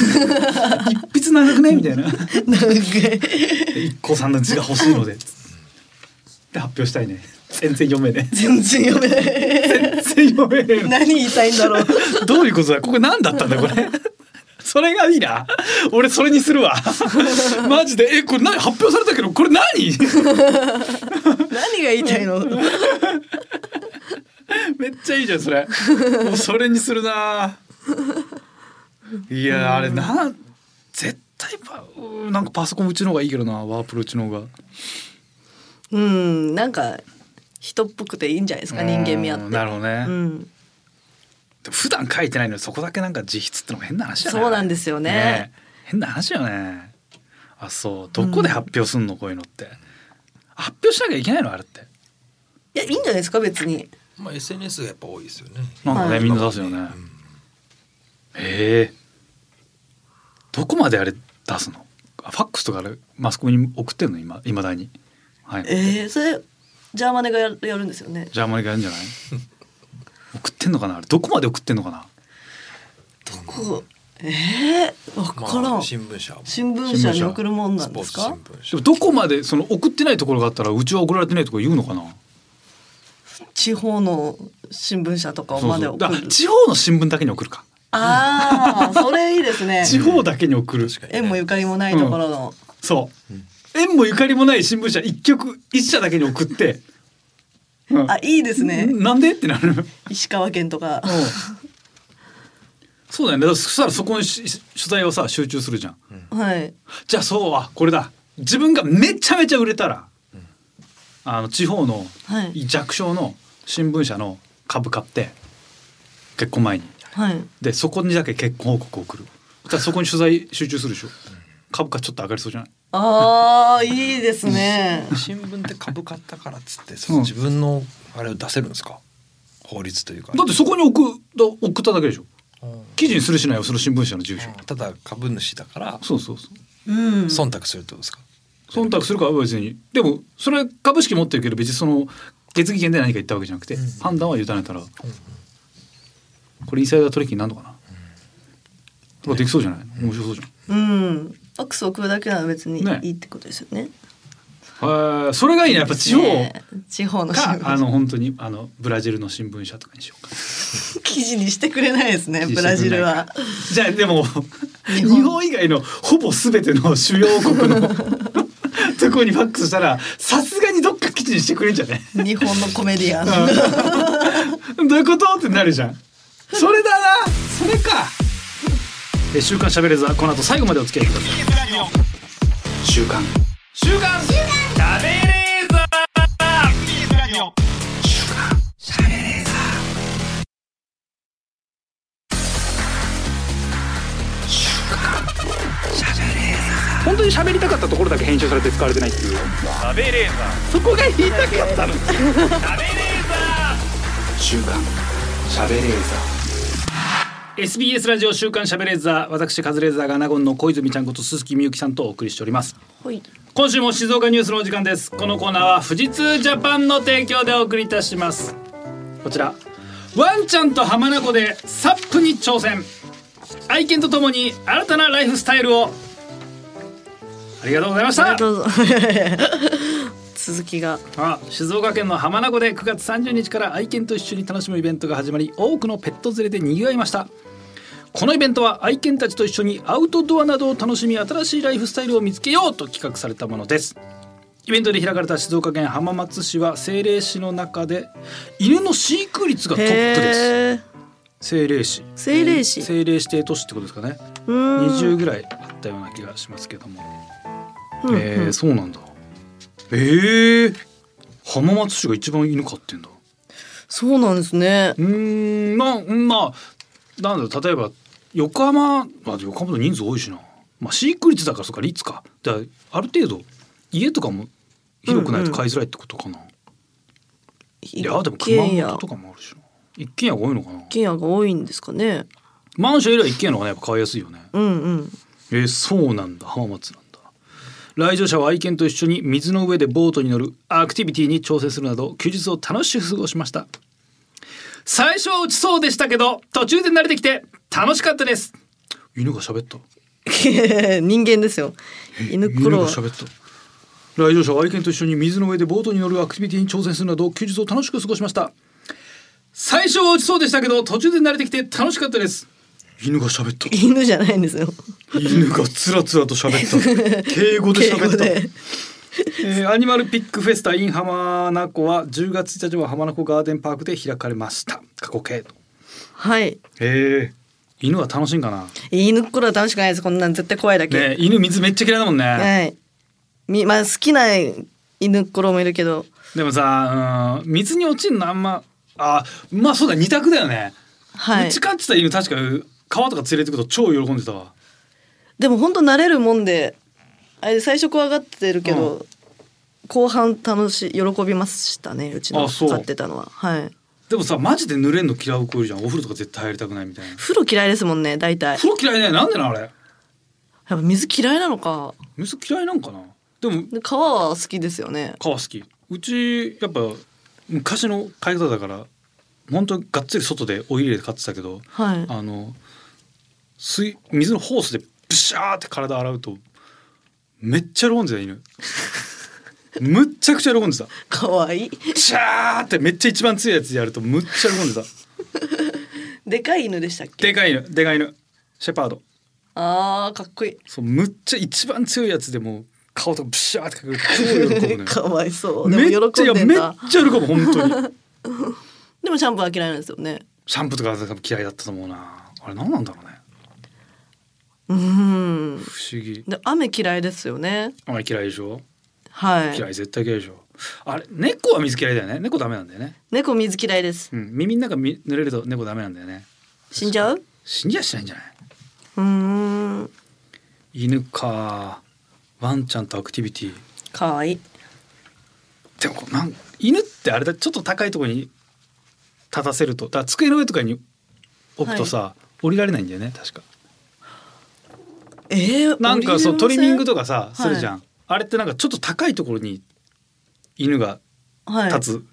[SPEAKER 2] 筆長くね?」みたいな「
[SPEAKER 3] なんか
[SPEAKER 2] 一個さんの字が欲しいので」で発表したいね全然読めね
[SPEAKER 3] 全然読めない。
[SPEAKER 2] え全然読めねえの
[SPEAKER 3] 何言いたいんだろう。
[SPEAKER 2] どういうことだここ何だったんだこれそれがいいな俺それにするわマジでえこれ何発表されたけどこれ何
[SPEAKER 3] 何が言いたいの。
[SPEAKER 2] めっちゃいいじゃんそれもうそれにするないやあれな絶対パうんなんかパソコンうちの方がいいけどなワープロうちの方が
[SPEAKER 3] うん、なんか人っぽくていいんじゃないですか人間味あっ
[SPEAKER 2] う
[SPEAKER 3] て。
[SPEAKER 2] んなるほどね、
[SPEAKER 3] うん、
[SPEAKER 2] でも普段書いてないのにそこだけなんか自筆ってのも変な話じゃない
[SPEAKER 3] そうなんですよね
[SPEAKER 2] え変な話よねあそうどこで発表すんの、こういうのって発表しなきゃいけないのあれって
[SPEAKER 3] いやいいんじゃないですか別に。
[SPEAKER 4] まあ SNS がやっぱ多いですよね。
[SPEAKER 2] なんかね、
[SPEAKER 3] はい
[SPEAKER 2] みんな出すよね、
[SPEAKER 4] うん
[SPEAKER 2] ええどこまであれ出すのあファックスとかあれマスコミに送ってんの今いまだにはい
[SPEAKER 3] ええそれジャーマネがやるやるんですよね。
[SPEAKER 2] ジャーマネがやるんじゃない (laughs) 送ってんのかなあれどこまで送ってんのかな
[SPEAKER 3] どこええわからん、
[SPEAKER 4] まあ新聞社も。
[SPEAKER 3] 新聞社に送るもんなんです
[SPEAKER 4] スポ
[SPEAKER 3] か
[SPEAKER 4] ー。ツ
[SPEAKER 2] で
[SPEAKER 4] 新
[SPEAKER 2] も
[SPEAKER 4] 聞社。
[SPEAKER 2] どこまでその送ってないところがあったらうちは送られてないとか言うのかな
[SPEAKER 3] 地方の新聞社とか
[SPEAKER 2] そう
[SPEAKER 3] まで
[SPEAKER 2] そう
[SPEAKER 3] 送
[SPEAKER 2] だ
[SPEAKER 3] る。
[SPEAKER 2] 地方の新聞だけに送るか
[SPEAKER 3] ああそれいいですね。
[SPEAKER 2] 地方だけに送る
[SPEAKER 4] 確かに
[SPEAKER 3] 縁もゆかりもないところの。
[SPEAKER 2] そう、縁もゆかりもない新聞社一局一社だけに送って、うん
[SPEAKER 3] あいいですね。
[SPEAKER 2] なんでってなる
[SPEAKER 3] 石川県とか。
[SPEAKER 2] そうだよねだからそしたらそこにしし取材をさ集中するじゃん
[SPEAKER 3] はい。
[SPEAKER 2] じゃあそうはこれだ自分がめちゃめちゃ売れたら、あの地方の
[SPEAKER 3] はい
[SPEAKER 2] 弱小の新聞社の株買って結婚前に
[SPEAKER 3] はい。
[SPEAKER 2] でそこにだけ結婚報告を送るじゃあそこに取材集中するでしょ株価ちょっと上がりそうじゃない
[SPEAKER 3] ああいいですね。
[SPEAKER 4] 新聞って株買ったからっつって、その
[SPEAKER 2] うん
[SPEAKER 4] 自分のあれを出せるんですか。法律というか。
[SPEAKER 2] だってそこに送だ送っただけでしょ
[SPEAKER 4] うん
[SPEAKER 2] 記事にするしないはその新聞社の住所、
[SPEAKER 4] ただ株主だから。
[SPEAKER 2] そうそうそう
[SPEAKER 3] うん。
[SPEAKER 4] 忖度するってことですか。
[SPEAKER 2] 忖度するかは別にでもそれ株式持ってるけど別にその決議権で何か言ったわけじゃなくて、
[SPEAKER 4] うん
[SPEAKER 2] 判断は委ねたら、これインサイダー取引になるのかな、とかできそうじゃない面白そうじゃん、
[SPEAKER 3] うん。アクスを食うだけなら別に
[SPEAKER 2] ね
[SPEAKER 3] いいってことですよね。
[SPEAKER 2] えーそれがいいねやっぱ地方
[SPEAKER 3] ね地方の新
[SPEAKER 2] か
[SPEAKER 3] 聞
[SPEAKER 2] あの本当にあのブラジルの新聞社とかにしようか
[SPEAKER 3] (laughs) 記事にしてくれないですね。
[SPEAKER 2] 記事してくれ
[SPEAKER 3] ブ
[SPEAKER 2] な
[SPEAKER 3] ラ
[SPEAKER 2] い
[SPEAKER 3] ジルは。
[SPEAKER 2] (laughs) じゃあでも日
[SPEAKER 3] 本
[SPEAKER 2] 本以外のほぼ全ての主要国の (laughs) とこにファックスしたらさすがにどっか基地にしてくれんじゃね
[SPEAKER 3] 日本のコメディアン。
[SPEAKER 2] うんどういうことってなるじゃんそれだなそれかえ週刊しゃべれずはこの後最後までお付き合いください
[SPEAKER 1] 週刊
[SPEAKER 2] 週刊しゃべれず
[SPEAKER 1] 本当に喋りたかったところだけ編集されて使われてないっていうそこが言いたかったの週刊しゃべれーザ
[SPEAKER 2] SBS ラジオ週刊しゃべれずは私カズレーザーがナゴンの小泉ちゃんこと鈴木みゆきさんとお送りしております
[SPEAKER 3] はい。
[SPEAKER 2] 今週も静岡ニュースのお時間ですこのコーナーは富士通ジャパンの提供でお送りいたしますこちらワンちゃんと浜名湖でサップに挑戦愛犬とともに新たなライフスタイルをありがとうございまし
[SPEAKER 3] あ
[SPEAKER 2] た
[SPEAKER 3] りがとうぞ。 (laughs) 続きが。
[SPEAKER 2] あ静岡県の浜名湖で9月30日から愛犬と一緒に楽しむイベントが始まり多くのペット連れでにぎわいましたこのイベントは愛犬たちと一緒にアウトドアなどを楽しみ新しいライフスタイルを見つけようと企画されたものですイベントで開かれた静岡県浜松市は政令市の中で犬の飼育率がトップです
[SPEAKER 3] へえ。
[SPEAKER 2] 政令市
[SPEAKER 3] 政令市
[SPEAKER 2] 政令指定都市ってことですかね
[SPEAKER 3] うん。
[SPEAKER 2] 20ぐらいあったような気がしますけども、
[SPEAKER 3] うん
[SPEAKER 2] えーそうなんだえー、浜松市が一番犬飼ってんだ
[SPEAKER 3] そうなんですね
[SPEAKER 2] う。ーんまあうんまあなんだろう例えば横浜、まあ、横浜の人数多いしな、まあ、飼育率だからそっか率かだからある程度家とかも広くないと飼いづらいってことかな、
[SPEAKER 3] い
[SPEAKER 2] いやでも熊本とかもあるしな一軒家が多いのかな
[SPEAKER 3] 金屋が多いんですかね。
[SPEAKER 2] マンションよりは一軒家の方がやっぱ飼いやすいよね
[SPEAKER 3] うんうん。
[SPEAKER 2] えーそうなんだ浜松なんだ来場者は愛犬と一緒に水の上でボートに乗るアクティビティに挑戦するなど休日を楽しく過ごしました最初は落ちそうでしたけど途中で慣れてきて楽しかったです犬が喋った
[SPEAKER 3] (laughs) 人間ですよ犬
[SPEAKER 2] 犬
[SPEAKER 3] クロ
[SPEAKER 2] が喋った来場者は愛犬と一緒に水の上でボートに乗るアクティビティに挑戦するなど休日を楽しく過ごしました最初は落ちそうでしたけど途中で慣れてきて楽しかったです犬が喋った
[SPEAKER 3] 犬じゃないんですよ
[SPEAKER 2] 犬がつらつらと喋った敬語で
[SPEAKER 3] 敬語
[SPEAKER 2] 喋った、
[SPEAKER 3] で
[SPEAKER 2] えーアニマルピックフェスタ in 浜名湖は10月1日は浜名湖ガーデンパークで開かれました過去形と
[SPEAKER 3] はい
[SPEAKER 2] へえ犬は楽しいんかな
[SPEAKER 3] 犬クロは楽しくないですこんなん絶対怖いだけ、
[SPEAKER 2] ねえ犬水めっちゃ嫌いだもんね、
[SPEAKER 3] はいみまあ好きな犬クロもいるけど
[SPEAKER 2] でもさ、うん、水に落ちるのあんまあまあそうだ二択だよね、
[SPEAKER 3] はいう
[SPEAKER 2] ち飼ってた犬確か川とか連れてくと超喜んでたわ
[SPEAKER 3] でも本当慣れるもんであれ最初怖がってるけど、
[SPEAKER 2] う
[SPEAKER 3] 後半楽しい喜びましたねうちの
[SPEAKER 2] あそう
[SPEAKER 3] 飼ってたのははい
[SPEAKER 2] でもさマジで濡れんの嫌う子いるじゃんお風呂とか絶対入りたくないみたいな
[SPEAKER 3] 風呂嫌いですもんね大体
[SPEAKER 2] 風呂嫌いねなんでなあれ
[SPEAKER 3] やっぱ水嫌いなのか
[SPEAKER 2] 水嫌いなんかなでも
[SPEAKER 3] で川は好きですよね
[SPEAKER 2] 川好きうちやっぱ昔の飼い方だから本当にがっつり外でお湯入れて飼ってたけど
[SPEAKER 3] はい
[SPEAKER 2] あの水水のホースでブシャーって体洗うとめっちゃ喜んでた犬むっちゃくちゃ喜んでた
[SPEAKER 3] 可愛いい
[SPEAKER 2] シャーってめっちゃ一番強いやつやるとむっちゃ喜んでた
[SPEAKER 3] でかい犬でしたっけ
[SPEAKER 2] でかい犬でかい犬シェパード
[SPEAKER 3] あーかっこいい
[SPEAKER 2] そうむっちゃ一番強いやつでもう顔とかブシャーってかける超喜ぶね
[SPEAKER 3] (laughs) かわいそう
[SPEAKER 2] めっ
[SPEAKER 3] でも
[SPEAKER 2] ちゃい
[SPEAKER 3] 喜ん
[SPEAKER 2] や
[SPEAKER 3] で
[SPEAKER 2] めっち
[SPEAKER 3] た
[SPEAKER 2] ゃ喜ぶ本当に
[SPEAKER 3] でもシャンプーは嫌いなんですよね
[SPEAKER 2] シャンプーとか多分嫌いだったと思うなあれ何なんだろうね
[SPEAKER 3] うーん
[SPEAKER 2] 不思議
[SPEAKER 3] で雨嫌いですよね
[SPEAKER 2] あんまり嫌いでしょ
[SPEAKER 3] はい
[SPEAKER 2] 嫌い絶対嫌いでしょあれ猫は水嫌いだよね猫ダメなんだよね
[SPEAKER 3] 猫水嫌いです
[SPEAKER 2] うん耳の中み濡れると猫ダメなんだよね
[SPEAKER 3] 死んじゃう
[SPEAKER 2] 死んじゃしないんじゃないう
[SPEAKER 3] ーん
[SPEAKER 2] 犬かワンちゃんとアクティビティ
[SPEAKER 3] 可愛いい
[SPEAKER 2] でもなん犬ってあれだちょっと高いところに立たせるとだから机の上とかに置くとさ、降りられないんだよね確か
[SPEAKER 3] えー、
[SPEAKER 2] なんかそうトリミングと
[SPEAKER 3] か
[SPEAKER 2] かさするじゃん、あれってなんかちょっと高いところに犬が
[SPEAKER 3] はい、
[SPEAKER 2] 立つ、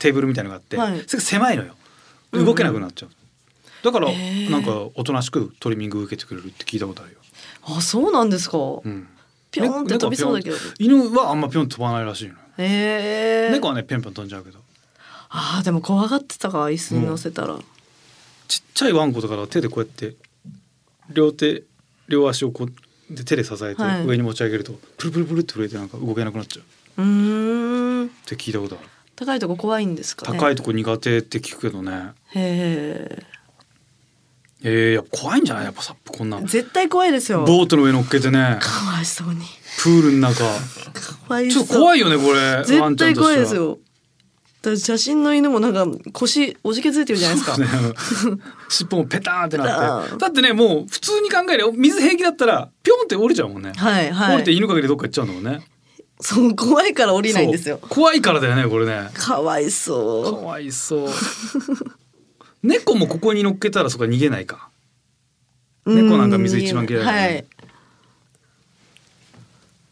[SPEAKER 2] テーブルみたいのがあって、
[SPEAKER 3] はい
[SPEAKER 2] それが狭いのよ動けなくなっちゃう、だから、
[SPEAKER 3] へー
[SPEAKER 2] なんかおとなしくトリミング受けてくれるって聞いたことあるよ、
[SPEAKER 3] あそうなんですか、
[SPEAKER 2] うん、
[SPEAKER 3] ピョーンって飛びそうだけど
[SPEAKER 2] 猫はピョーンって犬はあんまピョンって飛ばないらしいのよ
[SPEAKER 3] えー、
[SPEAKER 2] 猫はねピョンピョン飛んじゃうけど
[SPEAKER 3] あーでも怖がってたか椅子に乗せたら、
[SPEAKER 2] ちっちゃいワンコだから手でこうやって両手両足をこうで手で支えて
[SPEAKER 3] はい
[SPEAKER 2] 上に持ち上げると、プルプルプルって震えてなんか動けなくなっちゃうっ
[SPEAKER 3] うーん
[SPEAKER 2] て聞いたことある、
[SPEAKER 3] 高いとこ怖いんですかね
[SPEAKER 2] 高いとこ苦手って聞くけどね
[SPEAKER 3] へ
[SPEAKER 2] えー、やっぱ怖いんじゃないやっぱサップこんな
[SPEAKER 3] え
[SPEAKER 2] ボ
[SPEAKER 3] 絶対怖いですよ
[SPEAKER 2] ートの上乗っけてね
[SPEAKER 3] かわいそうに
[SPEAKER 2] プールの中
[SPEAKER 3] かわい
[SPEAKER 2] ち
[SPEAKER 3] そ
[SPEAKER 2] ょ
[SPEAKER 3] う
[SPEAKER 2] っと怖いよねこれワン
[SPEAKER 3] 絶
[SPEAKER 2] ちゃん
[SPEAKER 3] 対
[SPEAKER 2] としては
[SPEAKER 3] 怖いですよだから写真の犬もなんか腰おじけづいてるじゃないですか、
[SPEAKER 2] ね (laughs) 尻尾もペターンってなっ
[SPEAKER 3] ペ
[SPEAKER 2] て
[SPEAKER 3] ターン
[SPEAKER 2] だってねもう普通に考えれば水平気だったらピョンって折れちゃうもんね、
[SPEAKER 3] はいは
[SPEAKER 2] 折れて
[SPEAKER 3] い
[SPEAKER 2] 犬かけてどっか行っちゃうんだもんね
[SPEAKER 3] そう怖いから降りないんですよ
[SPEAKER 2] そう怖いからだよねこれね
[SPEAKER 3] かわい
[SPEAKER 2] か
[SPEAKER 3] そ
[SPEAKER 2] わい
[SPEAKER 3] (laughs)
[SPEAKER 2] そう猫もここに乗っけたらそこは逃げないか
[SPEAKER 3] う
[SPEAKER 2] 猫なんか水一番嫌いだよね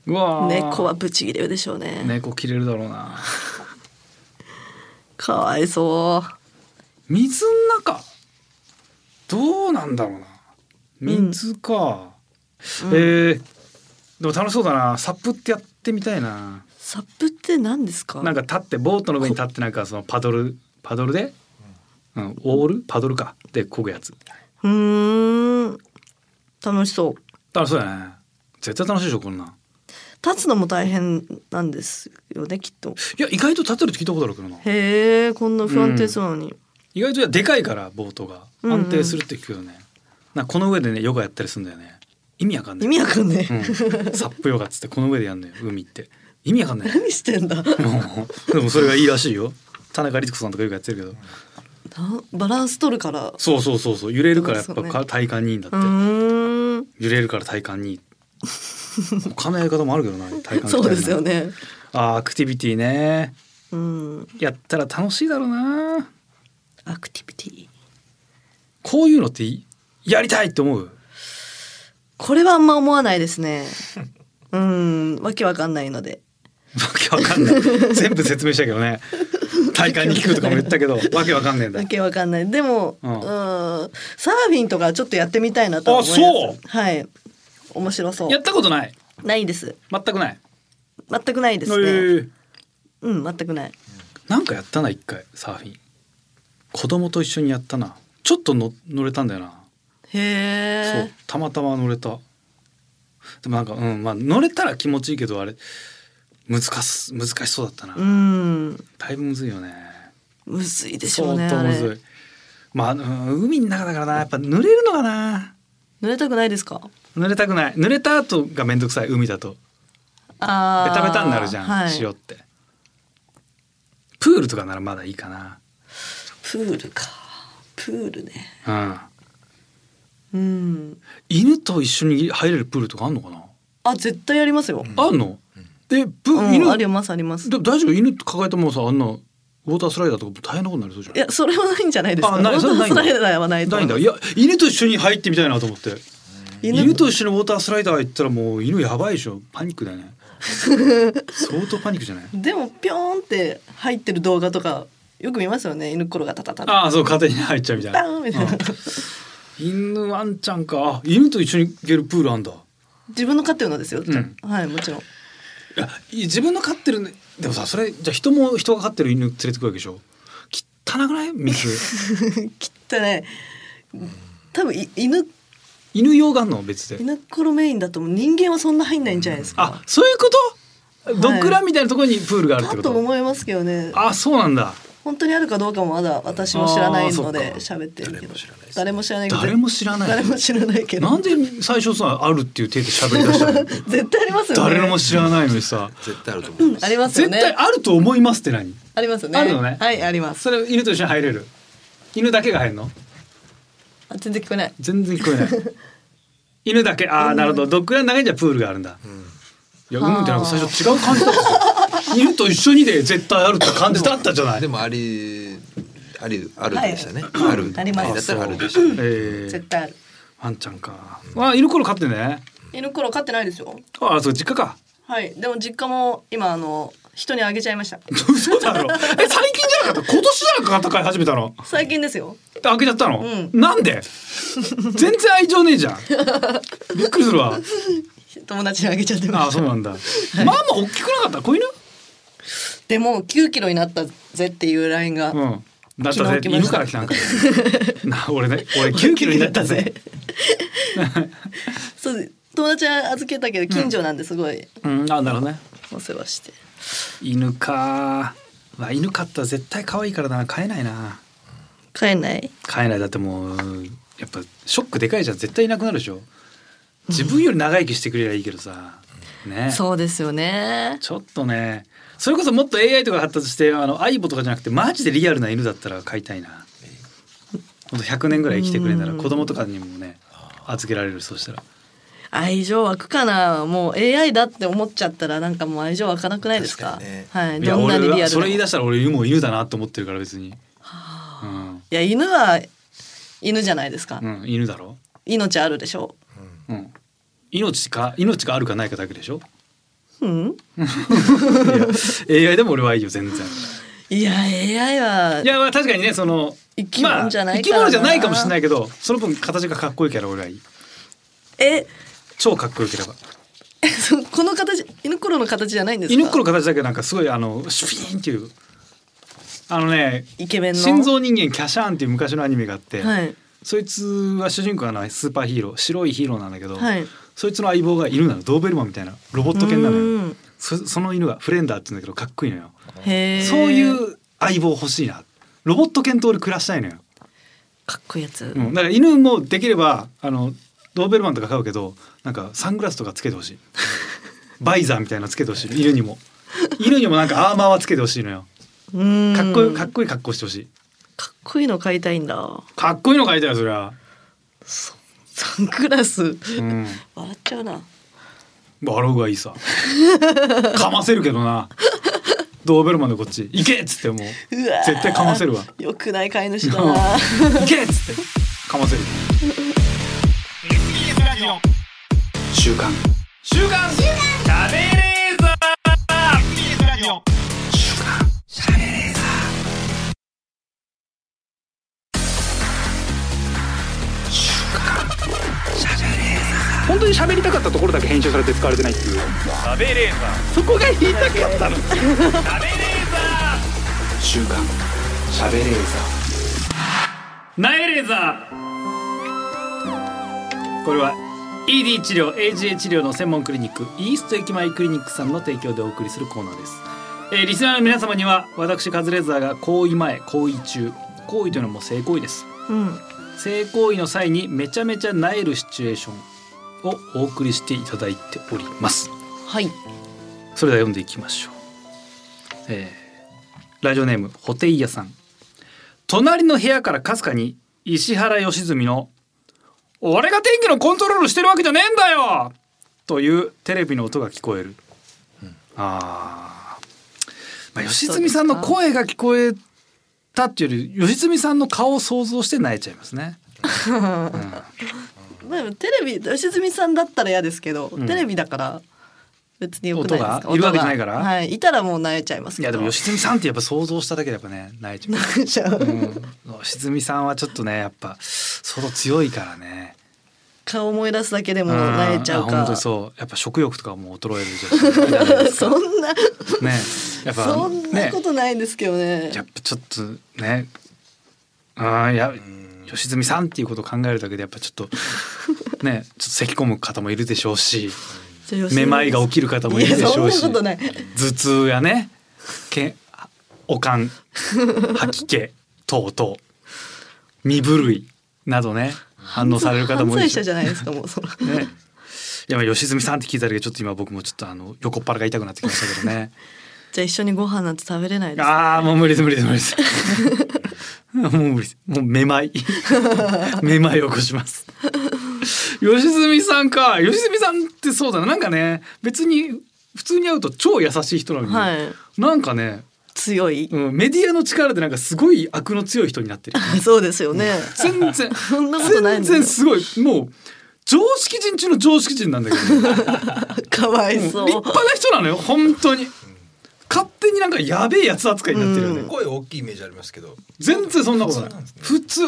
[SPEAKER 2] うわ
[SPEAKER 3] は
[SPEAKER 2] ー
[SPEAKER 3] い、猫はブチ切れるでしょうね
[SPEAKER 2] 猫切れるだろうな
[SPEAKER 3] かわいそ
[SPEAKER 2] 水の中どうなんだろうな水か、
[SPEAKER 3] う、うん
[SPEAKER 2] えーでも楽しそうだなサップってやってみたいな
[SPEAKER 3] サップって何ですか
[SPEAKER 2] なんか立ってボートの上に立ってなんかそのパドルパドルで、うん、オールパドルかで漕ぐやつ
[SPEAKER 3] うーん楽しそう
[SPEAKER 2] 楽しそうだね絶対楽しいでしょこんなん
[SPEAKER 3] 立つのも大変なんですよねきっと
[SPEAKER 2] いや意外と立てるって聞いたことあるけどな
[SPEAKER 3] へえこんな不安定そうなのに、
[SPEAKER 2] 意外とでかいからボートが
[SPEAKER 3] うんうん
[SPEAKER 2] 安定するって聞くよね、なんかこの上でねヨガやったりするんだよね意味わかんない
[SPEAKER 3] 意味わかんね
[SPEAKER 2] うん、 (laughs) サップヨガっつってこの上でやんのよ海って意味わかんない
[SPEAKER 3] え、何してんだ
[SPEAKER 2] もうでもそれがいいらしいよ田中律子さんとかよくやってるけど
[SPEAKER 3] なバランス取るから
[SPEAKER 2] そうそうそうそう揺れるからやっ
[SPEAKER 3] そうですよ
[SPEAKER 2] ぱ
[SPEAKER 3] ね
[SPEAKER 2] 体幹にいいんだって、
[SPEAKER 3] うーん
[SPEAKER 2] 揺れるから体幹にいい他のやり方もあるけどな体幹鍛えるの
[SPEAKER 3] そうですよね
[SPEAKER 2] あーアクティビティね
[SPEAKER 3] うん
[SPEAKER 2] やったら楽しいだろうな
[SPEAKER 3] アクティビティ
[SPEAKER 2] こういうのっていやりたいって思う (laughs)
[SPEAKER 3] これはあんま思わないですねうんわけわかんないので
[SPEAKER 2] けわかん
[SPEAKER 3] (laughs)
[SPEAKER 2] ない全部説明したけどね体幹に効くとかも言った
[SPEAKER 3] (laughs)
[SPEAKER 2] けどわけわかんねえんだ
[SPEAKER 3] わけわかんないでも、
[SPEAKER 2] う
[SPEAKER 3] うんん、サーフィンとかちょっとやってみたいなとは思います
[SPEAKER 2] あそう
[SPEAKER 3] はい面白そう
[SPEAKER 2] やったことない
[SPEAKER 3] ないです
[SPEAKER 2] 全くない
[SPEAKER 3] 全くないですね、
[SPEAKER 2] えー
[SPEAKER 3] うん全くない
[SPEAKER 2] なんかやったな一回サーフィン子供と一緒にやったなちょっとの乗れたんだよな
[SPEAKER 3] へ
[SPEAKER 2] そう
[SPEAKER 3] え
[SPEAKER 2] たまたま乗れたでもなんかうんまあ乗れたら気持ちいいけどあれ難し難しそうだったな、
[SPEAKER 3] うん
[SPEAKER 2] だいぶむずいよね
[SPEAKER 3] むずいでしょうね
[SPEAKER 2] 相当
[SPEAKER 3] あ
[SPEAKER 2] む
[SPEAKER 3] れ
[SPEAKER 2] ずいまあうん海の中だからなやっぱ濡れるのかな
[SPEAKER 3] 濡れたくないですか
[SPEAKER 2] 濡れたくない濡れた後がめんどくさい海だと
[SPEAKER 3] あ
[SPEAKER 2] ベ
[SPEAKER 3] ー
[SPEAKER 2] タベタになるじゃん、
[SPEAKER 3] はい、
[SPEAKER 2] 塩ってプールとかならまだいいかな
[SPEAKER 3] プールかプールね
[SPEAKER 2] うん
[SPEAKER 3] うん
[SPEAKER 2] 犬と一緒に入れるプールとかあんのかな、
[SPEAKER 3] あ絶対やりますよ、
[SPEAKER 2] あんのでプ
[SPEAKER 3] うん
[SPEAKER 2] ー犬、
[SPEAKER 3] ありますあります
[SPEAKER 2] でも大丈夫犬抱えたままさあんなウォータースライダーとか大変なことになりそうじゃん
[SPEAKER 3] いやそれはないんじゃないですか
[SPEAKER 2] あないそれはないん
[SPEAKER 3] ウォー
[SPEAKER 2] だ
[SPEAKER 3] タースライダーはないと
[SPEAKER 2] ない
[SPEAKER 3] 思
[SPEAKER 2] ん
[SPEAKER 3] いま
[SPEAKER 2] だ
[SPEAKER 3] す
[SPEAKER 2] いや犬と一緒に入ってみたいなと思って犬
[SPEAKER 3] 犬
[SPEAKER 2] と一緒にウォータースライダー行ったらもう犬やばいでしょパニックだよ
[SPEAKER 3] (laughs)
[SPEAKER 2] ね相当パニックじゃない
[SPEAKER 3] でもピョーンって入ってる動画とかよく見ますよね犬転がタタタタ
[SPEAKER 2] ああそう勝手に入っちゃうみたいな
[SPEAKER 3] ダーンみたいな、
[SPEAKER 2] 犬ワンちゃんかあ犬と一緒に行けるプールあんだ
[SPEAKER 3] 自分の飼ってるのですよ、
[SPEAKER 2] ん
[SPEAKER 3] はいもちろん
[SPEAKER 2] いや自分の飼ってるねでもさそれじゃあ人も人が飼ってる犬連れてくわけでしょ汚くない水
[SPEAKER 3] きっとね多分い犬
[SPEAKER 2] 犬用があんの別で
[SPEAKER 3] 犬っころメインだと思う人間はそんな入んないんじゃないですか
[SPEAKER 2] あそういうこと
[SPEAKER 3] い
[SPEAKER 2] ドッグランみたいなところにプールがあるって
[SPEAKER 3] だ
[SPEAKER 2] ことと
[SPEAKER 3] 思いますけどね
[SPEAKER 2] あそうなんだ
[SPEAKER 3] 本当にあるかどうかもまだ私も知らないので
[SPEAKER 2] あーそっ
[SPEAKER 3] 喋ってるけど
[SPEAKER 4] 誰も知らないです
[SPEAKER 3] 誰も知らな
[SPEAKER 2] 誰も知らな
[SPEAKER 3] いけど
[SPEAKER 2] い
[SPEAKER 3] 誰も知らないけど
[SPEAKER 2] なんで最初さあるっていう手で喋り出 (laughs) したの
[SPEAKER 3] 絶対ありますよね
[SPEAKER 2] 誰も知らないのにさ
[SPEAKER 4] 絶対あると思います
[SPEAKER 3] ありますよ
[SPEAKER 2] 絶
[SPEAKER 3] ね
[SPEAKER 2] 対あると思いますって何
[SPEAKER 3] ありますよね
[SPEAKER 2] あるのね
[SPEAKER 3] はいあります
[SPEAKER 2] それ犬と一緒に入れる犬だけが入るの
[SPEAKER 3] あ全然聞こえない
[SPEAKER 2] 全然聞こえない (laughs) 犬だけああなるほどドッグランの中にじゃあプールがあるんだ、いや
[SPEAKER 3] はあ
[SPEAKER 2] うんってなんか最初違う感じだったんですよ犬と一緒にで絶対あるって感じだったじゃない
[SPEAKER 4] でもありありあるでしたね、
[SPEAKER 3] はい
[SPEAKER 4] ある
[SPEAKER 3] あります
[SPEAKER 4] だったらあるでし
[SPEAKER 2] え
[SPEAKER 4] たね
[SPEAKER 2] ー
[SPEAKER 3] 絶、対ある
[SPEAKER 2] ワンちゃんかあ犬頃飼ってね
[SPEAKER 3] 犬頃飼ってないですよ
[SPEAKER 2] ああそう実家か
[SPEAKER 3] はいでも実家も今あの人にあげちゃいました
[SPEAKER 2] 嘘だろえ最近じゃなかった今年じゃなかった飼い始めたの
[SPEAKER 3] 最近ですよ
[SPEAKER 2] 開けちゃったの、
[SPEAKER 3] うん
[SPEAKER 2] なんで全然愛情ねえじゃんびっくりするわ
[SPEAKER 3] 友達にあげちゃって
[SPEAKER 2] あ
[SPEAKER 3] ま
[SPEAKER 2] あ
[SPEAKER 3] し
[SPEAKER 2] そうなんだ、まあまあ大きくなかった子犬
[SPEAKER 3] たでも9キロになったぜっていうライン (laughs) が、
[SPEAKER 2] うんだったぜ
[SPEAKER 3] 昨日来ま
[SPEAKER 2] 犬
[SPEAKER 3] した
[SPEAKER 2] から来たんかよな俺ね俺9キロになったぜ
[SPEAKER 3] (laughs) そう友達は預けたけど近所なんですごい
[SPEAKER 2] うんあなるほどね
[SPEAKER 3] お世話して、
[SPEAKER 2] 犬かまあ犬飼ったら絶対可愛いからな飼えないな
[SPEAKER 3] 飼えない
[SPEAKER 2] 飼えないだってもうやっぱショックでかいじゃん絶対いなくなるでしょ自分より長生きしてくれりゃいいけどさね
[SPEAKER 3] そうですよね
[SPEAKER 2] ちょっとねそれこそもっと AI とか発達してあのアイボとかじゃなくてマジでリアルな犬だったら飼いたいなほんと100年ぐらい生きてくれたら子供とかにもね預けられるそうしたら
[SPEAKER 3] 愛情湧くかなもう AI だって思っちゃったらなんかもう愛情湧かなくないですか
[SPEAKER 4] 確かにね
[SPEAKER 3] はい
[SPEAKER 2] いや
[SPEAKER 3] どん
[SPEAKER 2] 俺
[SPEAKER 3] なにリアルで
[SPEAKER 2] は
[SPEAKER 3] も
[SPEAKER 2] それ言い出したら俺もう犬だなと思ってるから別に、うん
[SPEAKER 3] いや犬は犬じゃないですか、
[SPEAKER 2] うん、犬だろ、
[SPEAKER 3] 命あるでしょ
[SPEAKER 2] うん、命か命があるかないかだけでしょ
[SPEAKER 3] う、うん、
[SPEAKER 2] いや AI でも俺はいいよ全然
[SPEAKER 3] いや AI はい
[SPEAKER 2] やまあ確かにねその
[SPEAKER 3] 生き物じゃな
[SPEAKER 2] ま
[SPEAKER 3] い
[SPEAKER 2] あ、生き
[SPEAKER 3] からな
[SPEAKER 2] 物じゃないかもしれないけどその分形がかっこいいから俺はいい
[SPEAKER 3] え (laughs)
[SPEAKER 2] 超かっこよければ
[SPEAKER 3] えそうこの形犬ころの形じゃないんですか
[SPEAKER 2] 犬っこの形だけどなんかすごいあのシュピーンっていうあのね
[SPEAKER 3] イケメンの
[SPEAKER 2] 心臓人間キャシャーンっていう昔のアニメがあって、
[SPEAKER 3] はい
[SPEAKER 2] そいつは主人公はなスーパーヒーロー白いヒーローなんだけど、
[SPEAKER 3] はい
[SPEAKER 2] そいつの相棒が犬なのドーベルマンみたいなロボット犬なの
[SPEAKER 3] う
[SPEAKER 2] よ
[SPEAKER 3] ん
[SPEAKER 2] そその犬がフレンダーって言うんだけどかっこいいのよ、
[SPEAKER 3] へえ
[SPEAKER 2] そういう相棒欲しいなロボット犬と俺暮らしたいのよ、
[SPEAKER 3] かっこいいやつ、
[SPEAKER 2] うん、だから犬もできればあのドーベルマンとか飼うけどなんかサングラスとかつけて
[SPEAKER 3] (laughs)
[SPEAKER 2] ほしいバイザーみたいなのつけてほしい犬にも犬にもなんかアーマーはつけてほしいのよ
[SPEAKER 3] うん
[SPEAKER 2] かっこよか
[SPEAKER 3] か
[SPEAKER 2] っ
[SPEAKER 3] っ
[SPEAKER 2] こいい格好してほしい
[SPEAKER 3] こいいの買いたいんだ
[SPEAKER 2] かっこいいの書いたよそりゃ、
[SPEAKER 3] そサングラス
[SPEAKER 2] うん、
[SPEAKER 3] 笑っちゃうな
[SPEAKER 2] 笑うがいい
[SPEAKER 3] (laughs)
[SPEAKER 2] さかませるけどなドーベルマンでこっち行けっつってもう
[SPEAKER 3] うわー
[SPEAKER 2] 絶対かませるわ
[SPEAKER 3] よくない飼い主
[SPEAKER 2] (laughs)
[SPEAKER 3] だな
[SPEAKER 2] 行けっつってかませる
[SPEAKER 4] 週刊
[SPEAKER 5] 週刊しゃべれーザー TBS ラジオ本当に喋りたかったところだけ編集されて使われてないっていう食べれーザーそこが言いたかったの食べれーザー週刊喋れーザ
[SPEAKER 2] ナエレーザーこれは ED 治療 AGA 治療の専門クリニックイースト駅前クリニックさんの提供でお送りするコーナーです、えーリスナーの皆様には私カズレーザーが行為前行為中行為というのはもう性行為です
[SPEAKER 3] うん
[SPEAKER 2] 性行為の際にめちゃめちゃなえるシチュエーションをお送りしていただいております
[SPEAKER 3] はい
[SPEAKER 2] それでは読んでいきましょう、えーラジオネームホテイヤさん隣の部屋からかすかに石原良純の「俺が天気のコントロールしてるわけじゃねえんだよ!」というテレビの音が聞こえる、あー、まあ良純さんの声が聞こえたっていうより良純さんの顔を想像して泣いちゃいますね
[SPEAKER 3] まあでもテレビ良純さんだったら嫌ですけど、
[SPEAKER 2] ん
[SPEAKER 3] テレビだから別に良くないですか
[SPEAKER 2] 音がいるわけじゃないから
[SPEAKER 3] はいいたらもう泣いちゃいます
[SPEAKER 2] い
[SPEAKER 3] け
[SPEAKER 2] やで
[SPEAKER 3] ど
[SPEAKER 2] も良純さんってやっぱ想像しただけでやっぱね泣いちゃう
[SPEAKER 3] 良純さん
[SPEAKER 2] 良純さんはちょっとねやっぱ相当強いからね
[SPEAKER 3] 顔思い出すだけでも泣いちゃう
[SPEAKER 2] あ
[SPEAKER 3] か
[SPEAKER 2] 本当にそうやっぱ食欲とかも衰えるじゃないです
[SPEAKER 3] (laughs) そ
[SPEAKER 2] か
[SPEAKER 3] んな
[SPEAKER 2] ねやっぱ
[SPEAKER 3] そんな
[SPEAKER 2] ね
[SPEAKER 3] ことないんですけどね
[SPEAKER 2] やっぱちょっとねああいや良純さんっていうことを考えるだけでやっぱちょっとねちょっと咳き込む方もいるでしょうし
[SPEAKER 3] じゃあ良純
[SPEAKER 2] めまいが起きる方もいるでしょう
[SPEAKER 3] いや
[SPEAKER 2] し
[SPEAKER 3] そんなことな
[SPEAKER 2] 頭
[SPEAKER 3] い
[SPEAKER 2] 痛やねけおか
[SPEAKER 3] (laughs)
[SPEAKER 2] ん吐き気等々身震いなどね反応される方もいる
[SPEAKER 3] 犯罪
[SPEAKER 2] し
[SPEAKER 3] 者じゃないですか
[SPEAKER 2] (laughs)
[SPEAKER 3] もうその
[SPEAKER 2] ね。いやまあ良純さんって聞いただけでちょっと今僕もちょっとあの横っ腹が痛くなってきましたけどね。
[SPEAKER 3] じゃあ一緒にご飯なんて食べれないです
[SPEAKER 2] ああもう無理です無理です無理です。
[SPEAKER 3] (laughs)
[SPEAKER 2] もう無理ですもうめまい (laughs) めまいを起こします。良純さんか良純さんってそうだななんかね別に普通に会うと超優しい人なのに、
[SPEAKER 3] はい
[SPEAKER 2] なんかね、
[SPEAKER 3] 強い、 (laughs)
[SPEAKER 2] うん、メディアの力でなんかすごい悪の強い人になってる。
[SPEAKER 3] そうですよね
[SPEAKER 2] 全然
[SPEAKER 3] そんなことないん
[SPEAKER 2] 全
[SPEAKER 3] だよ
[SPEAKER 2] 然すごいもう常識人中の常識人なんだけ
[SPEAKER 3] (laughs)
[SPEAKER 2] ど、
[SPEAKER 3] かわい
[SPEAKER 2] 立
[SPEAKER 3] そう
[SPEAKER 2] 派な人なのよ本当に勝手になんかやべえやつ扱いになってるよね、
[SPEAKER 3] うん
[SPEAKER 4] 声大きいイメージありますけど
[SPEAKER 2] 全然そんなことない普通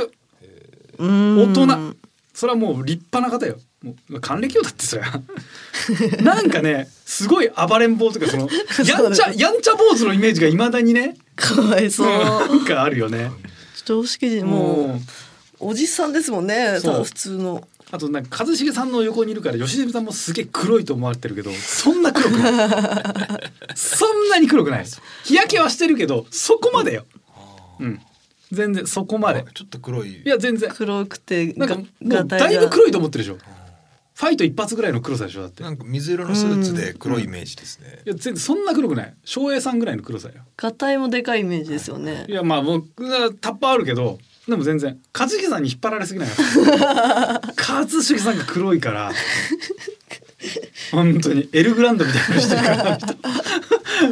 [SPEAKER 3] 大
[SPEAKER 2] 大人、それはもう立派な方よもう還暦よだってそりゃ (laughs) なんかねすごい暴れん坊とかそ
[SPEAKER 3] (laughs)
[SPEAKER 2] のやんちゃやんちゃ坊主のイメージがいまだにね
[SPEAKER 3] かわいそう
[SPEAKER 2] なんかあるよね
[SPEAKER 3] 常識人もうおじさんですもんね
[SPEAKER 2] そう
[SPEAKER 3] ただ普通の
[SPEAKER 2] あとなんか一茂さんの横にいるから良純さんもすげえ黒いと思われてるけどそんな黒く
[SPEAKER 3] (laughs)
[SPEAKER 2] ないそんなに黒くない日焼けはしてるけどそこまでよ、うん、全然そこまで
[SPEAKER 4] ちょっと黒
[SPEAKER 2] い
[SPEAKER 4] い
[SPEAKER 2] や全然
[SPEAKER 3] 黒くて
[SPEAKER 2] なんか
[SPEAKER 3] が
[SPEAKER 2] も
[SPEAKER 3] が
[SPEAKER 2] う
[SPEAKER 3] た
[SPEAKER 2] だい
[SPEAKER 3] が
[SPEAKER 2] ぶ黒いと思ってるでしょファイト一発ぐらいの黒さでしょだってい
[SPEAKER 4] な
[SPEAKER 2] や
[SPEAKER 4] んか水色のスーツで黒いイメージですね、
[SPEAKER 2] 全然そんな黒くない照英さんぐらいの黒さよ
[SPEAKER 3] がたいもでかいイメージですよね
[SPEAKER 2] いやまあ僕はタッパーあるけどでも全然一茂さんに引っ張られすぎない
[SPEAKER 3] (laughs)
[SPEAKER 2] 一茂さんが黒いから本当にエルグランドみたいなのしてるからあの
[SPEAKER 3] (laughs)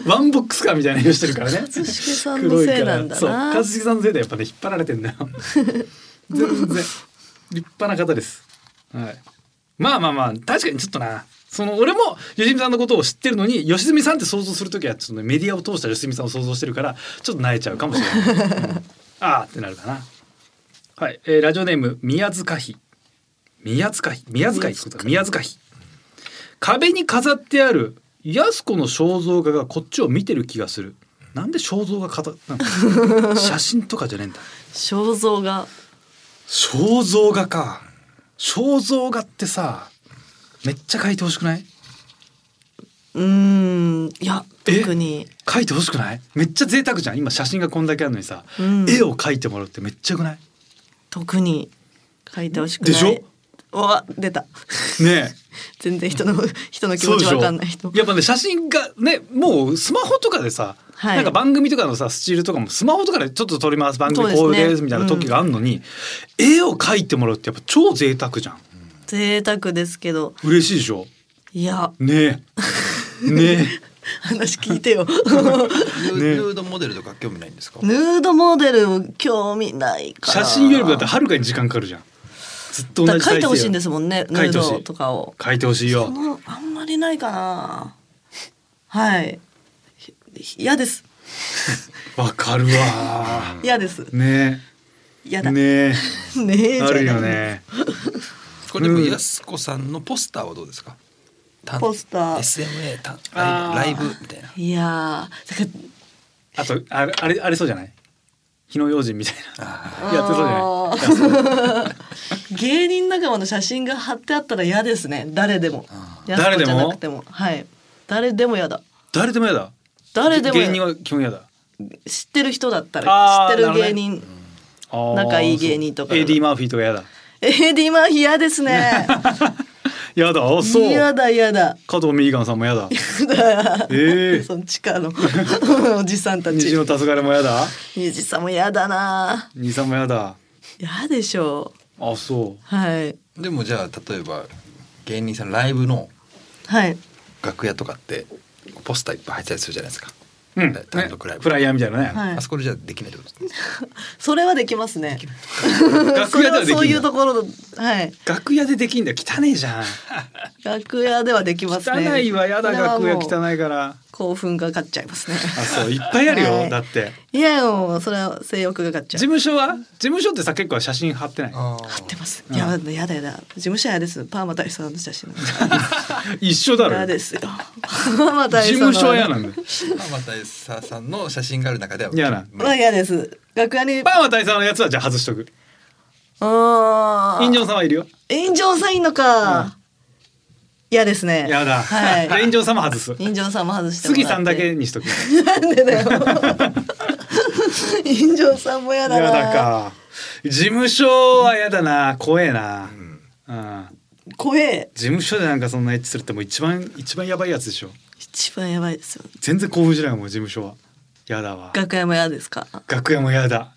[SPEAKER 2] 人ワンボックスカーみたいな色してるからね
[SPEAKER 3] 一茂さんの
[SPEAKER 2] 黒いか
[SPEAKER 3] せいなん
[SPEAKER 2] ら
[SPEAKER 3] だ
[SPEAKER 2] そう
[SPEAKER 3] な
[SPEAKER 2] 一茂さんのせいでやっぱね引っ張られて
[SPEAKER 3] (laughs)
[SPEAKER 2] んだよ全然立派な方ですはいまあまあまあ確かにちょっとなその俺も良純さんのことを知ってるのに良純さんって想像する時はちょっと、ね、メディアを通した良純さんを想像してるからちょっと泣いちゃうかもしれない、うんあーってなるかなはい、えーラジオネーム宮塚妃宮塚妃宮塚妃ってことか宮塚妃壁に飾ってある安子の肖像画がこっちを見てる気がするなんで肖像画飾なんか写真とかじゃねえんだ
[SPEAKER 3] 肖像が
[SPEAKER 2] 肖像画か肖像画ってさめっちゃ描いてほしくないう
[SPEAKER 3] ーんいや
[SPEAKER 2] え
[SPEAKER 3] 特に
[SPEAKER 2] 描いてほしくないめっちゃ贅沢じゃん今写真がこんだけあるのにさ、
[SPEAKER 3] うん
[SPEAKER 2] 絵を描いてもらうってめっちゃよくない
[SPEAKER 3] 特に書いてほしくない
[SPEAKER 2] でしょ
[SPEAKER 3] うわ出た (laughs)
[SPEAKER 2] ねえ
[SPEAKER 3] 全
[SPEAKER 2] (laughs)
[SPEAKER 3] 然人の人 (laughs) の気持ちわかんない人
[SPEAKER 2] やっぱね写真がねもうスマホとかでさ、
[SPEAKER 3] はい
[SPEAKER 2] なんか番組とかのさスチールとかもスマホとかでちょっと撮ります番組こ
[SPEAKER 3] そううですね
[SPEAKER 2] ですみたいな時があるのに、絵を描いてもらうってやっぱ超贅沢じゃん
[SPEAKER 3] 贅沢ですけど
[SPEAKER 2] 嬉しいでしょ
[SPEAKER 3] いや
[SPEAKER 2] ね
[SPEAKER 3] (laughs)
[SPEAKER 2] えね
[SPEAKER 3] 話聞いて
[SPEAKER 2] (laughs)
[SPEAKER 3] よ
[SPEAKER 4] ヌ
[SPEAKER 2] ね
[SPEAKER 4] ーヌードモデルとか興味ないんですか
[SPEAKER 3] ヌードモデル興味ない
[SPEAKER 2] え
[SPEAKER 3] から
[SPEAKER 2] 写真よりもだってはるかに時間かかるじゃんずっと
[SPEAKER 3] だ
[SPEAKER 2] 同
[SPEAKER 3] か
[SPEAKER 2] じ
[SPEAKER 3] ら書いてほしいんです
[SPEAKER 2] もん
[SPEAKER 3] もんねヌ
[SPEAKER 2] 書い
[SPEAKER 3] ー
[SPEAKER 2] てほしい
[SPEAKER 3] ドとかを
[SPEAKER 2] 描いてほしいよ
[SPEAKER 3] そのあんまりないかなはいひ嫌です
[SPEAKER 2] わかるわ
[SPEAKER 3] 嫌です
[SPEAKER 2] ね
[SPEAKER 3] 嫌だね (laughs)
[SPEAKER 2] ね
[SPEAKER 3] えじゃ
[SPEAKER 2] あ
[SPEAKER 3] ない
[SPEAKER 2] るよ
[SPEAKER 3] (laughs)
[SPEAKER 2] ね
[SPEAKER 4] これでもやすこさんのポスターはどうですか単
[SPEAKER 3] ポスター
[SPEAKER 4] SMA 単
[SPEAKER 2] あー
[SPEAKER 4] ライブライブみたいない
[SPEAKER 3] やーだから
[SPEAKER 2] あとあれあれあれそうじゃない火の用心みたい
[SPEAKER 4] あ
[SPEAKER 2] なやってそうじゃない
[SPEAKER 3] あー (laughs) 芸人仲間の写真が貼ってあったら嫌ですね誰でも
[SPEAKER 4] あ
[SPEAKER 3] やすこ
[SPEAKER 2] 誰で
[SPEAKER 3] じ
[SPEAKER 2] も
[SPEAKER 3] ゃなくてもはい誰でも嫌だ
[SPEAKER 2] 誰でもやだ
[SPEAKER 3] 誰でも
[SPEAKER 2] 芸
[SPEAKER 3] 嫌
[SPEAKER 2] 人
[SPEAKER 3] だ
[SPEAKER 2] は基本やだ
[SPEAKER 3] 知ってる人だった
[SPEAKER 2] あ
[SPEAKER 3] ら
[SPEAKER 2] ー
[SPEAKER 3] 知ってる
[SPEAKER 2] なるほどね
[SPEAKER 3] 芸人、
[SPEAKER 2] あー
[SPEAKER 3] 仲いい芸人とか
[SPEAKER 2] そう AD マーフィーとかやだ
[SPEAKER 3] エディマーフィー嫌ですね
[SPEAKER 2] やだあ (laughs) そう
[SPEAKER 3] 嫌だ嫌だ
[SPEAKER 2] 加藤ミリガンさんもやだええ
[SPEAKER 3] (laughs) その地下のおじさんた
[SPEAKER 2] 虹
[SPEAKER 3] ち
[SPEAKER 2] の黄昏もやだ
[SPEAKER 3] ミュージシャンも嫌だな
[SPEAKER 2] 兄さんもやだ
[SPEAKER 3] 嫌でしょう
[SPEAKER 2] あそう
[SPEAKER 3] はい
[SPEAKER 4] ーでもじゃあ例えば芸人さんライブの
[SPEAKER 3] はい
[SPEAKER 4] 楽屋とかってポスターいっぱい入ってたりするじゃないですか、
[SPEAKER 2] うん
[SPEAKER 4] だ単独ライブ
[SPEAKER 2] フライヤーみたいなね、
[SPEAKER 3] はい
[SPEAKER 4] あそこでじゃあできないってことですね
[SPEAKER 3] それはできますねそ
[SPEAKER 2] 楽
[SPEAKER 3] れ
[SPEAKER 2] 屋では
[SPEAKER 3] は
[SPEAKER 2] で
[SPEAKER 3] そう
[SPEAKER 2] き
[SPEAKER 3] い
[SPEAKER 2] ん
[SPEAKER 3] う
[SPEAKER 2] だ
[SPEAKER 3] ところのはい
[SPEAKER 2] 楽屋でできんだよ汚ねえじゃん
[SPEAKER 3] 楽屋ではできますね
[SPEAKER 2] 汚いわやだ楽屋
[SPEAKER 3] い
[SPEAKER 2] 汚いから
[SPEAKER 3] 興奮が勝っちゃいますね
[SPEAKER 2] あそういっぱいあるよ、
[SPEAKER 3] はい
[SPEAKER 2] だって
[SPEAKER 3] いやもうそれは性欲が勝っちゃ
[SPEAKER 2] 事
[SPEAKER 3] う
[SPEAKER 2] 務所は事務所ってさ結構写真貼ってない
[SPEAKER 3] 合
[SPEAKER 4] あ
[SPEAKER 3] ってますいややだやだ事務所は嫌ですパーマ大佐の写真
[SPEAKER 2] 一緒だ
[SPEAKER 3] 嫌
[SPEAKER 2] ろ
[SPEAKER 3] ですよパーマ大
[SPEAKER 2] 事務
[SPEAKER 3] 佐の
[SPEAKER 2] 所は嫌なんだよ
[SPEAKER 4] またエサさんの写真がある中では
[SPEAKER 2] 嫌な
[SPEAKER 3] は嫌です楽屋に
[SPEAKER 2] パンは大佐のやつはじゃあ外しとく
[SPEAKER 3] あー
[SPEAKER 2] 院長さんはいるよ
[SPEAKER 3] 炎上さんいいのか嫌ですね
[SPEAKER 2] やだ、 (laughs)
[SPEAKER 3] はい
[SPEAKER 2] で院長さんも外す
[SPEAKER 3] 炎上さんも外してもらっ
[SPEAKER 2] 杉
[SPEAKER 3] て
[SPEAKER 2] さんだけにしとく
[SPEAKER 3] なんでだよ (laughs) 炎上さんも嫌だ
[SPEAKER 2] や
[SPEAKER 3] な
[SPEAKER 2] だか事務所はやだな怖えな、
[SPEAKER 4] ん
[SPEAKER 2] うん、
[SPEAKER 3] 怖え
[SPEAKER 2] 事務所でなんかそんなエッチするってもう一番一番やばいやつでしょ
[SPEAKER 3] 一番やばいですよ
[SPEAKER 2] 全然興奮しないもん事務所はやだわ
[SPEAKER 3] 楽屋も嫌ですか
[SPEAKER 2] 楽屋もやだ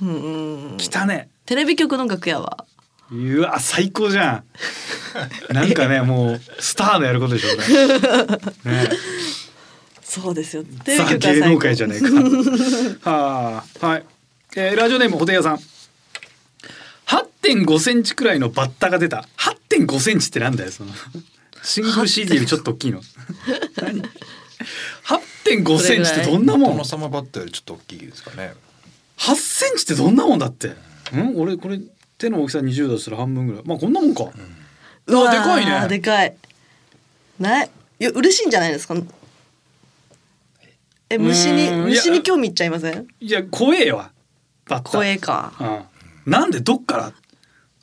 [SPEAKER 3] うんうん
[SPEAKER 2] 汚ね
[SPEAKER 3] テレビ局の楽屋は
[SPEAKER 2] うわ最高じゃ
[SPEAKER 3] (laughs)
[SPEAKER 2] んなんかねもうスターのやることでしょこれ
[SPEAKER 3] (laughs)
[SPEAKER 2] ね
[SPEAKER 3] そうですよテレビ
[SPEAKER 2] ザ
[SPEAKER 3] 局は
[SPEAKER 2] 芸能界
[SPEAKER 3] 最
[SPEAKER 2] じゃ
[SPEAKER 3] 高
[SPEAKER 2] ねえかはあはい、えーラジオネームホテイヤさん8.5センチくらいのバッタが出た8.5センチってなんだよそのシングル CD よりちょっと大きいの何8.5センチってどんなもん
[SPEAKER 4] 殿様バットよりちょっと大きいですかね
[SPEAKER 2] 8センチってどんなもんだってん俺これ手の大きさ20だとしたら半分ぐらいまあこんなもんか、
[SPEAKER 3] うわー
[SPEAKER 2] あでかいね
[SPEAKER 3] でかいないいや嬉しいんじゃないですかえ虫に
[SPEAKER 2] うんいや
[SPEAKER 3] 虫に興味いっちゃいません
[SPEAKER 2] いや怖えわバッタ
[SPEAKER 3] 怖えか
[SPEAKER 2] うん、なんでどっから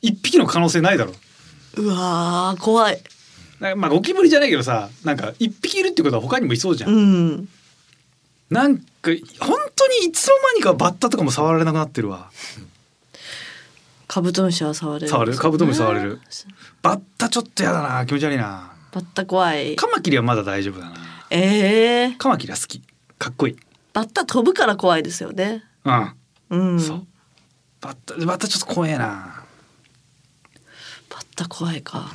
[SPEAKER 2] 一匹の可能性ないだろ
[SPEAKER 3] うわー怖い
[SPEAKER 2] なんかまあゴキブリじゃないけどさなんか一匹いるってことは他にもいそうじゃん、
[SPEAKER 3] うん
[SPEAKER 2] なんか本当にいつの間にかバッタとかも触られなくなってるわ
[SPEAKER 3] カブトムシは触れる
[SPEAKER 2] 触れるカブトムシ触れるバッタちょっとやだな気持ち悪いな
[SPEAKER 3] バッタ怖い
[SPEAKER 2] カマキリはまだ大丈夫だな
[SPEAKER 3] ええ
[SPEAKER 2] カマキリは好きかっこいい
[SPEAKER 3] バッタ飛ぶから怖いですよね
[SPEAKER 2] うん、
[SPEAKER 3] うん
[SPEAKER 2] そうバッタバッタちょっと怖えな
[SPEAKER 3] バッタ怖いか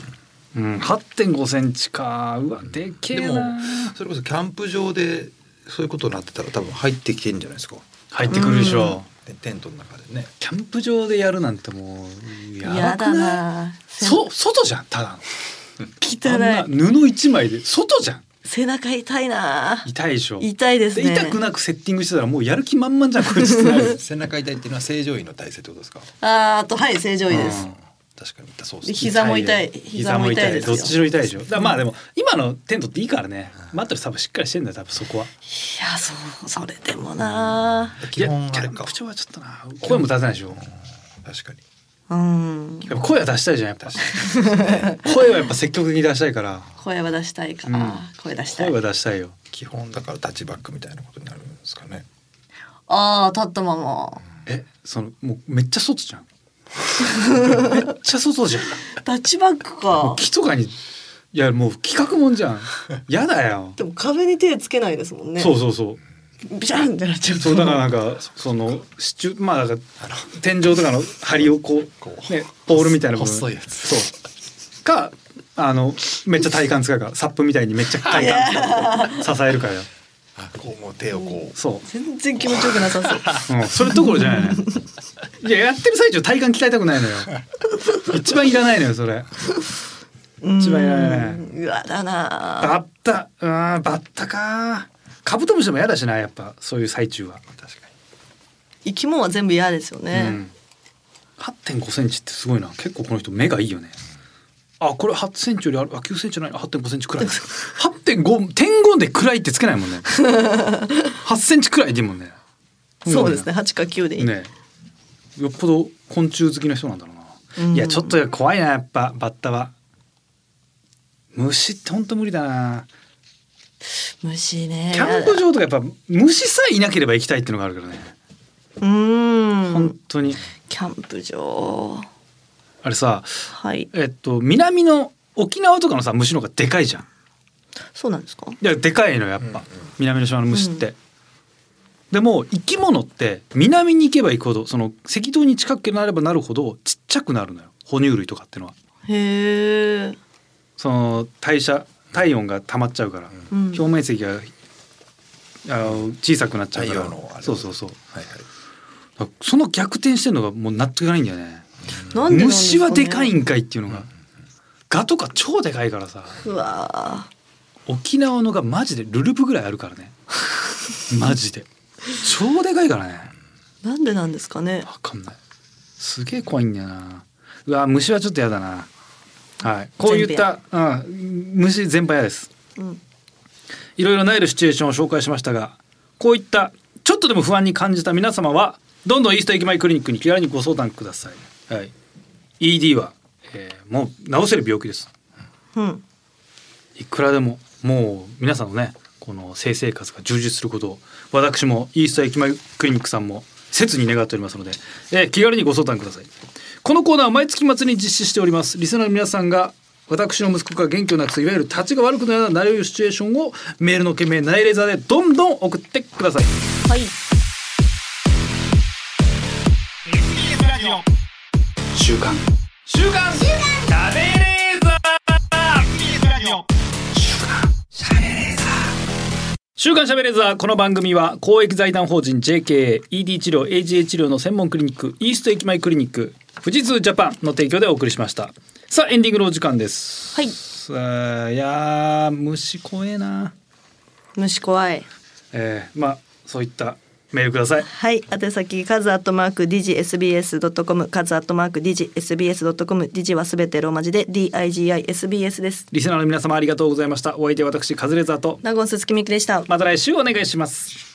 [SPEAKER 2] うん、8.5センチかうわでけ
[SPEAKER 4] で
[SPEAKER 2] え
[SPEAKER 4] も
[SPEAKER 2] な
[SPEAKER 4] それこそキャンプ場でそういうことになってたら多分入ってきてんじゃないですか
[SPEAKER 2] 入ってくるでしょ
[SPEAKER 4] でテントの中で
[SPEAKER 2] (laughs)
[SPEAKER 4] ね
[SPEAKER 2] キャンプ場でやるなんてもうやばくない
[SPEAKER 3] やだな
[SPEAKER 2] そ外じゃんただ
[SPEAKER 3] 汚
[SPEAKER 2] のあ
[SPEAKER 3] い
[SPEAKER 2] んな布一枚で外じゃん
[SPEAKER 3] 背中痛いな
[SPEAKER 2] 痛いでしょ
[SPEAKER 3] 痛いです
[SPEAKER 2] で
[SPEAKER 3] ね
[SPEAKER 2] 痛くなくセッティングしてたらもうやる気満々じゃんこいつってなる
[SPEAKER 4] 背中痛いっていうのは正常位の体勢ってことですか
[SPEAKER 3] あーあとはい正常位です
[SPEAKER 2] うん
[SPEAKER 4] 確かに痛そうで
[SPEAKER 3] です
[SPEAKER 4] ね
[SPEAKER 3] 膝も痛い膝
[SPEAKER 2] 膝
[SPEAKER 3] も
[SPEAKER 2] も
[SPEAKER 3] 痛
[SPEAKER 2] 痛
[SPEAKER 3] い
[SPEAKER 2] い
[SPEAKER 3] です
[SPEAKER 2] ど
[SPEAKER 3] よ
[SPEAKER 2] っちも痛いでしょだからまあでも今のテントっていいからねマットレス多分しっかりしてんだよ多分そこはい
[SPEAKER 3] やそうそれでもな
[SPEAKER 4] 基
[SPEAKER 2] い
[SPEAKER 4] 本
[SPEAKER 2] や
[SPEAKER 4] あ
[SPEAKER 2] キ
[SPEAKER 4] れ
[SPEAKER 2] ャン
[SPEAKER 4] か
[SPEAKER 2] プ場はちょっとな声も出せないでしょ
[SPEAKER 4] 確かに
[SPEAKER 3] うん
[SPEAKER 2] やっぱ声は出したいじゃんやっぱ声はやっぱ積極的に出したい
[SPEAKER 3] (laughs)
[SPEAKER 2] から
[SPEAKER 3] 声は出したいか
[SPEAKER 2] うん
[SPEAKER 3] ら声出した
[SPEAKER 2] 声
[SPEAKER 3] い
[SPEAKER 2] は出したいよ
[SPEAKER 4] 基本だからタッチバックみたいなことになるんですかね
[SPEAKER 3] ああ立ったまま
[SPEAKER 2] えそのもうめっちゃ外じゃん (laughs) めっちゃ外じゃん
[SPEAKER 3] タッチバック
[SPEAKER 2] も
[SPEAKER 3] か
[SPEAKER 2] う木とかにいやもう企画もんじゃんやだよ、
[SPEAKER 3] でも壁に手つけないですもんね
[SPEAKER 2] そうそうそう
[SPEAKER 3] ビシャンってなっちゃう
[SPEAKER 2] そうだからなんかその支柱まあだから天井とかの梁をこう
[SPEAKER 4] こう
[SPEAKER 2] ねポールみたいな部分
[SPEAKER 4] 細いやつ
[SPEAKER 2] そうかあのめっちゃ体幹使うからサップみたいにめっちゃ体幹使
[SPEAKER 4] (laughs)
[SPEAKER 2] って支えるからよ
[SPEAKER 4] あこうもう手をこう
[SPEAKER 2] そ
[SPEAKER 3] 全然気持ちよくなさそう
[SPEAKER 2] う、うん、それどころじゃないね (laughs) いややってる最中体幹鍛えたくないのよ一番いらないのよそれ一番嫌だね
[SPEAKER 3] うわだな
[SPEAKER 2] バッタうーんバッタかカブトムシでも嫌だしなやっぱそういう最中は
[SPEAKER 4] 確かに
[SPEAKER 3] 生き物は全部嫌ですよね、
[SPEAKER 2] うん、8.5センチってすごいな結構この人目がいいよねあこれ8センチよりあるあ9センチじゃない8.5センチくらい8.5点5でくらいってつけないもんね8センチくらいでいいもんね
[SPEAKER 3] そうですね八か九でいい、
[SPEAKER 2] ねよっぽど昆虫好きな人なんだろうな、
[SPEAKER 3] うん
[SPEAKER 2] いやちょっと怖いなやっぱバッタは虫ってほんと無理だな
[SPEAKER 3] 虫ね
[SPEAKER 2] キャンプ場とかやっぱ虫さえいなければ行きたいっていうのがあるからね
[SPEAKER 3] うー
[SPEAKER 2] 本
[SPEAKER 3] ん
[SPEAKER 2] 当に
[SPEAKER 3] キャンプ場
[SPEAKER 2] あれさ
[SPEAKER 3] はい
[SPEAKER 2] えっと南の沖縄とかのさ虫の方がでかいじゃん
[SPEAKER 3] そうなんですか
[SPEAKER 2] いやでかいのやっぱ、
[SPEAKER 4] うんうん
[SPEAKER 2] 南の島の虫って、
[SPEAKER 3] う
[SPEAKER 2] でも生き物って南に行けば行くほどその赤道に近くなればなるほどちっちゃくなるのよ哺乳類とかってのは
[SPEAKER 3] へえ、
[SPEAKER 2] その代謝体温が溜まっちゃうから、
[SPEAKER 3] うん、
[SPEAKER 2] 表面積があの小さくなっちゃうから
[SPEAKER 4] 太陽のあれ
[SPEAKER 2] そうそうそう
[SPEAKER 4] はいはい
[SPEAKER 2] だからその逆転してるのがもう納得がないんだよね
[SPEAKER 3] なんでなんす
[SPEAKER 2] 虫
[SPEAKER 3] かね
[SPEAKER 2] はでかいんかいっていうのが、ガとか超でかいからさ
[SPEAKER 3] うわ
[SPEAKER 2] 沖縄のがマジでルルブぐらいある (laughs) からねマジで超でかいからね
[SPEAKER 3] ーなんでなんですかね
[SPEAKER 2] わかんないすげえ怖いんだよなうわ虫はちょっとやだなはいこういった、うん、虫全般嫌です
[SPEAKER 3] うん
[SPEAKER 2] いろいろなえるシチュエーションを紹介しましたがこういったちょっとでも不安に感じた皆様はどんどんイースト駅前クリニックに気軽にご相談ください、はい、ED は、えーもう治せる病気です
[SPEAKER 3] うん
[SPEAKER 2] いくらでももう皆さんのねこの性生活が充実することを私もイースター駅前クリニックさんも切に願っておりますので、えー気軽にご相談くださいこのコーナーは毎月末に実施しておりますリスナーの皆さんが私の息子が元気をなくすいわゆる立ちが悪くなるようななれるシチュエーションをメールの件名ナイレーザーでどんどん送ってください
[SPEAKER 3] はい
[SPEAKER 6] TBS ラジオ
[SPEAKER 7] 週刊
[SPEAKER 2] 週刊
[SPEAKER 6] 食べレーザー TBS ラジオ
[SPEAKER 2] 週刊しゃべれーザーこの番組は公益財団法人 JKED 治療 AGA 治療の専門クリニックイースト駅前クリニック富士通ジャパンの提供でお送りしましたさあエンディングのお時間です
[SPEAKER 3] はい
[SPEAKER 2] さあいやー虫怖えな
[SPEAKER 3] 虫怖い
[SPEAKER 2] えー、まあそういったメールください
[SPEAKER 3] はい宛先カズアットマーク digsbs.com カズアットマーク digsbs.com ディジはすべてローマ字で digisbs です
[SPEAKER 2] リスナーの皆様ありがとうございましたお相手は私カズレーザーと
[SPEAKER 3] 名古屋鈴木美希でした
[SPEAKER 2] また来週お願いします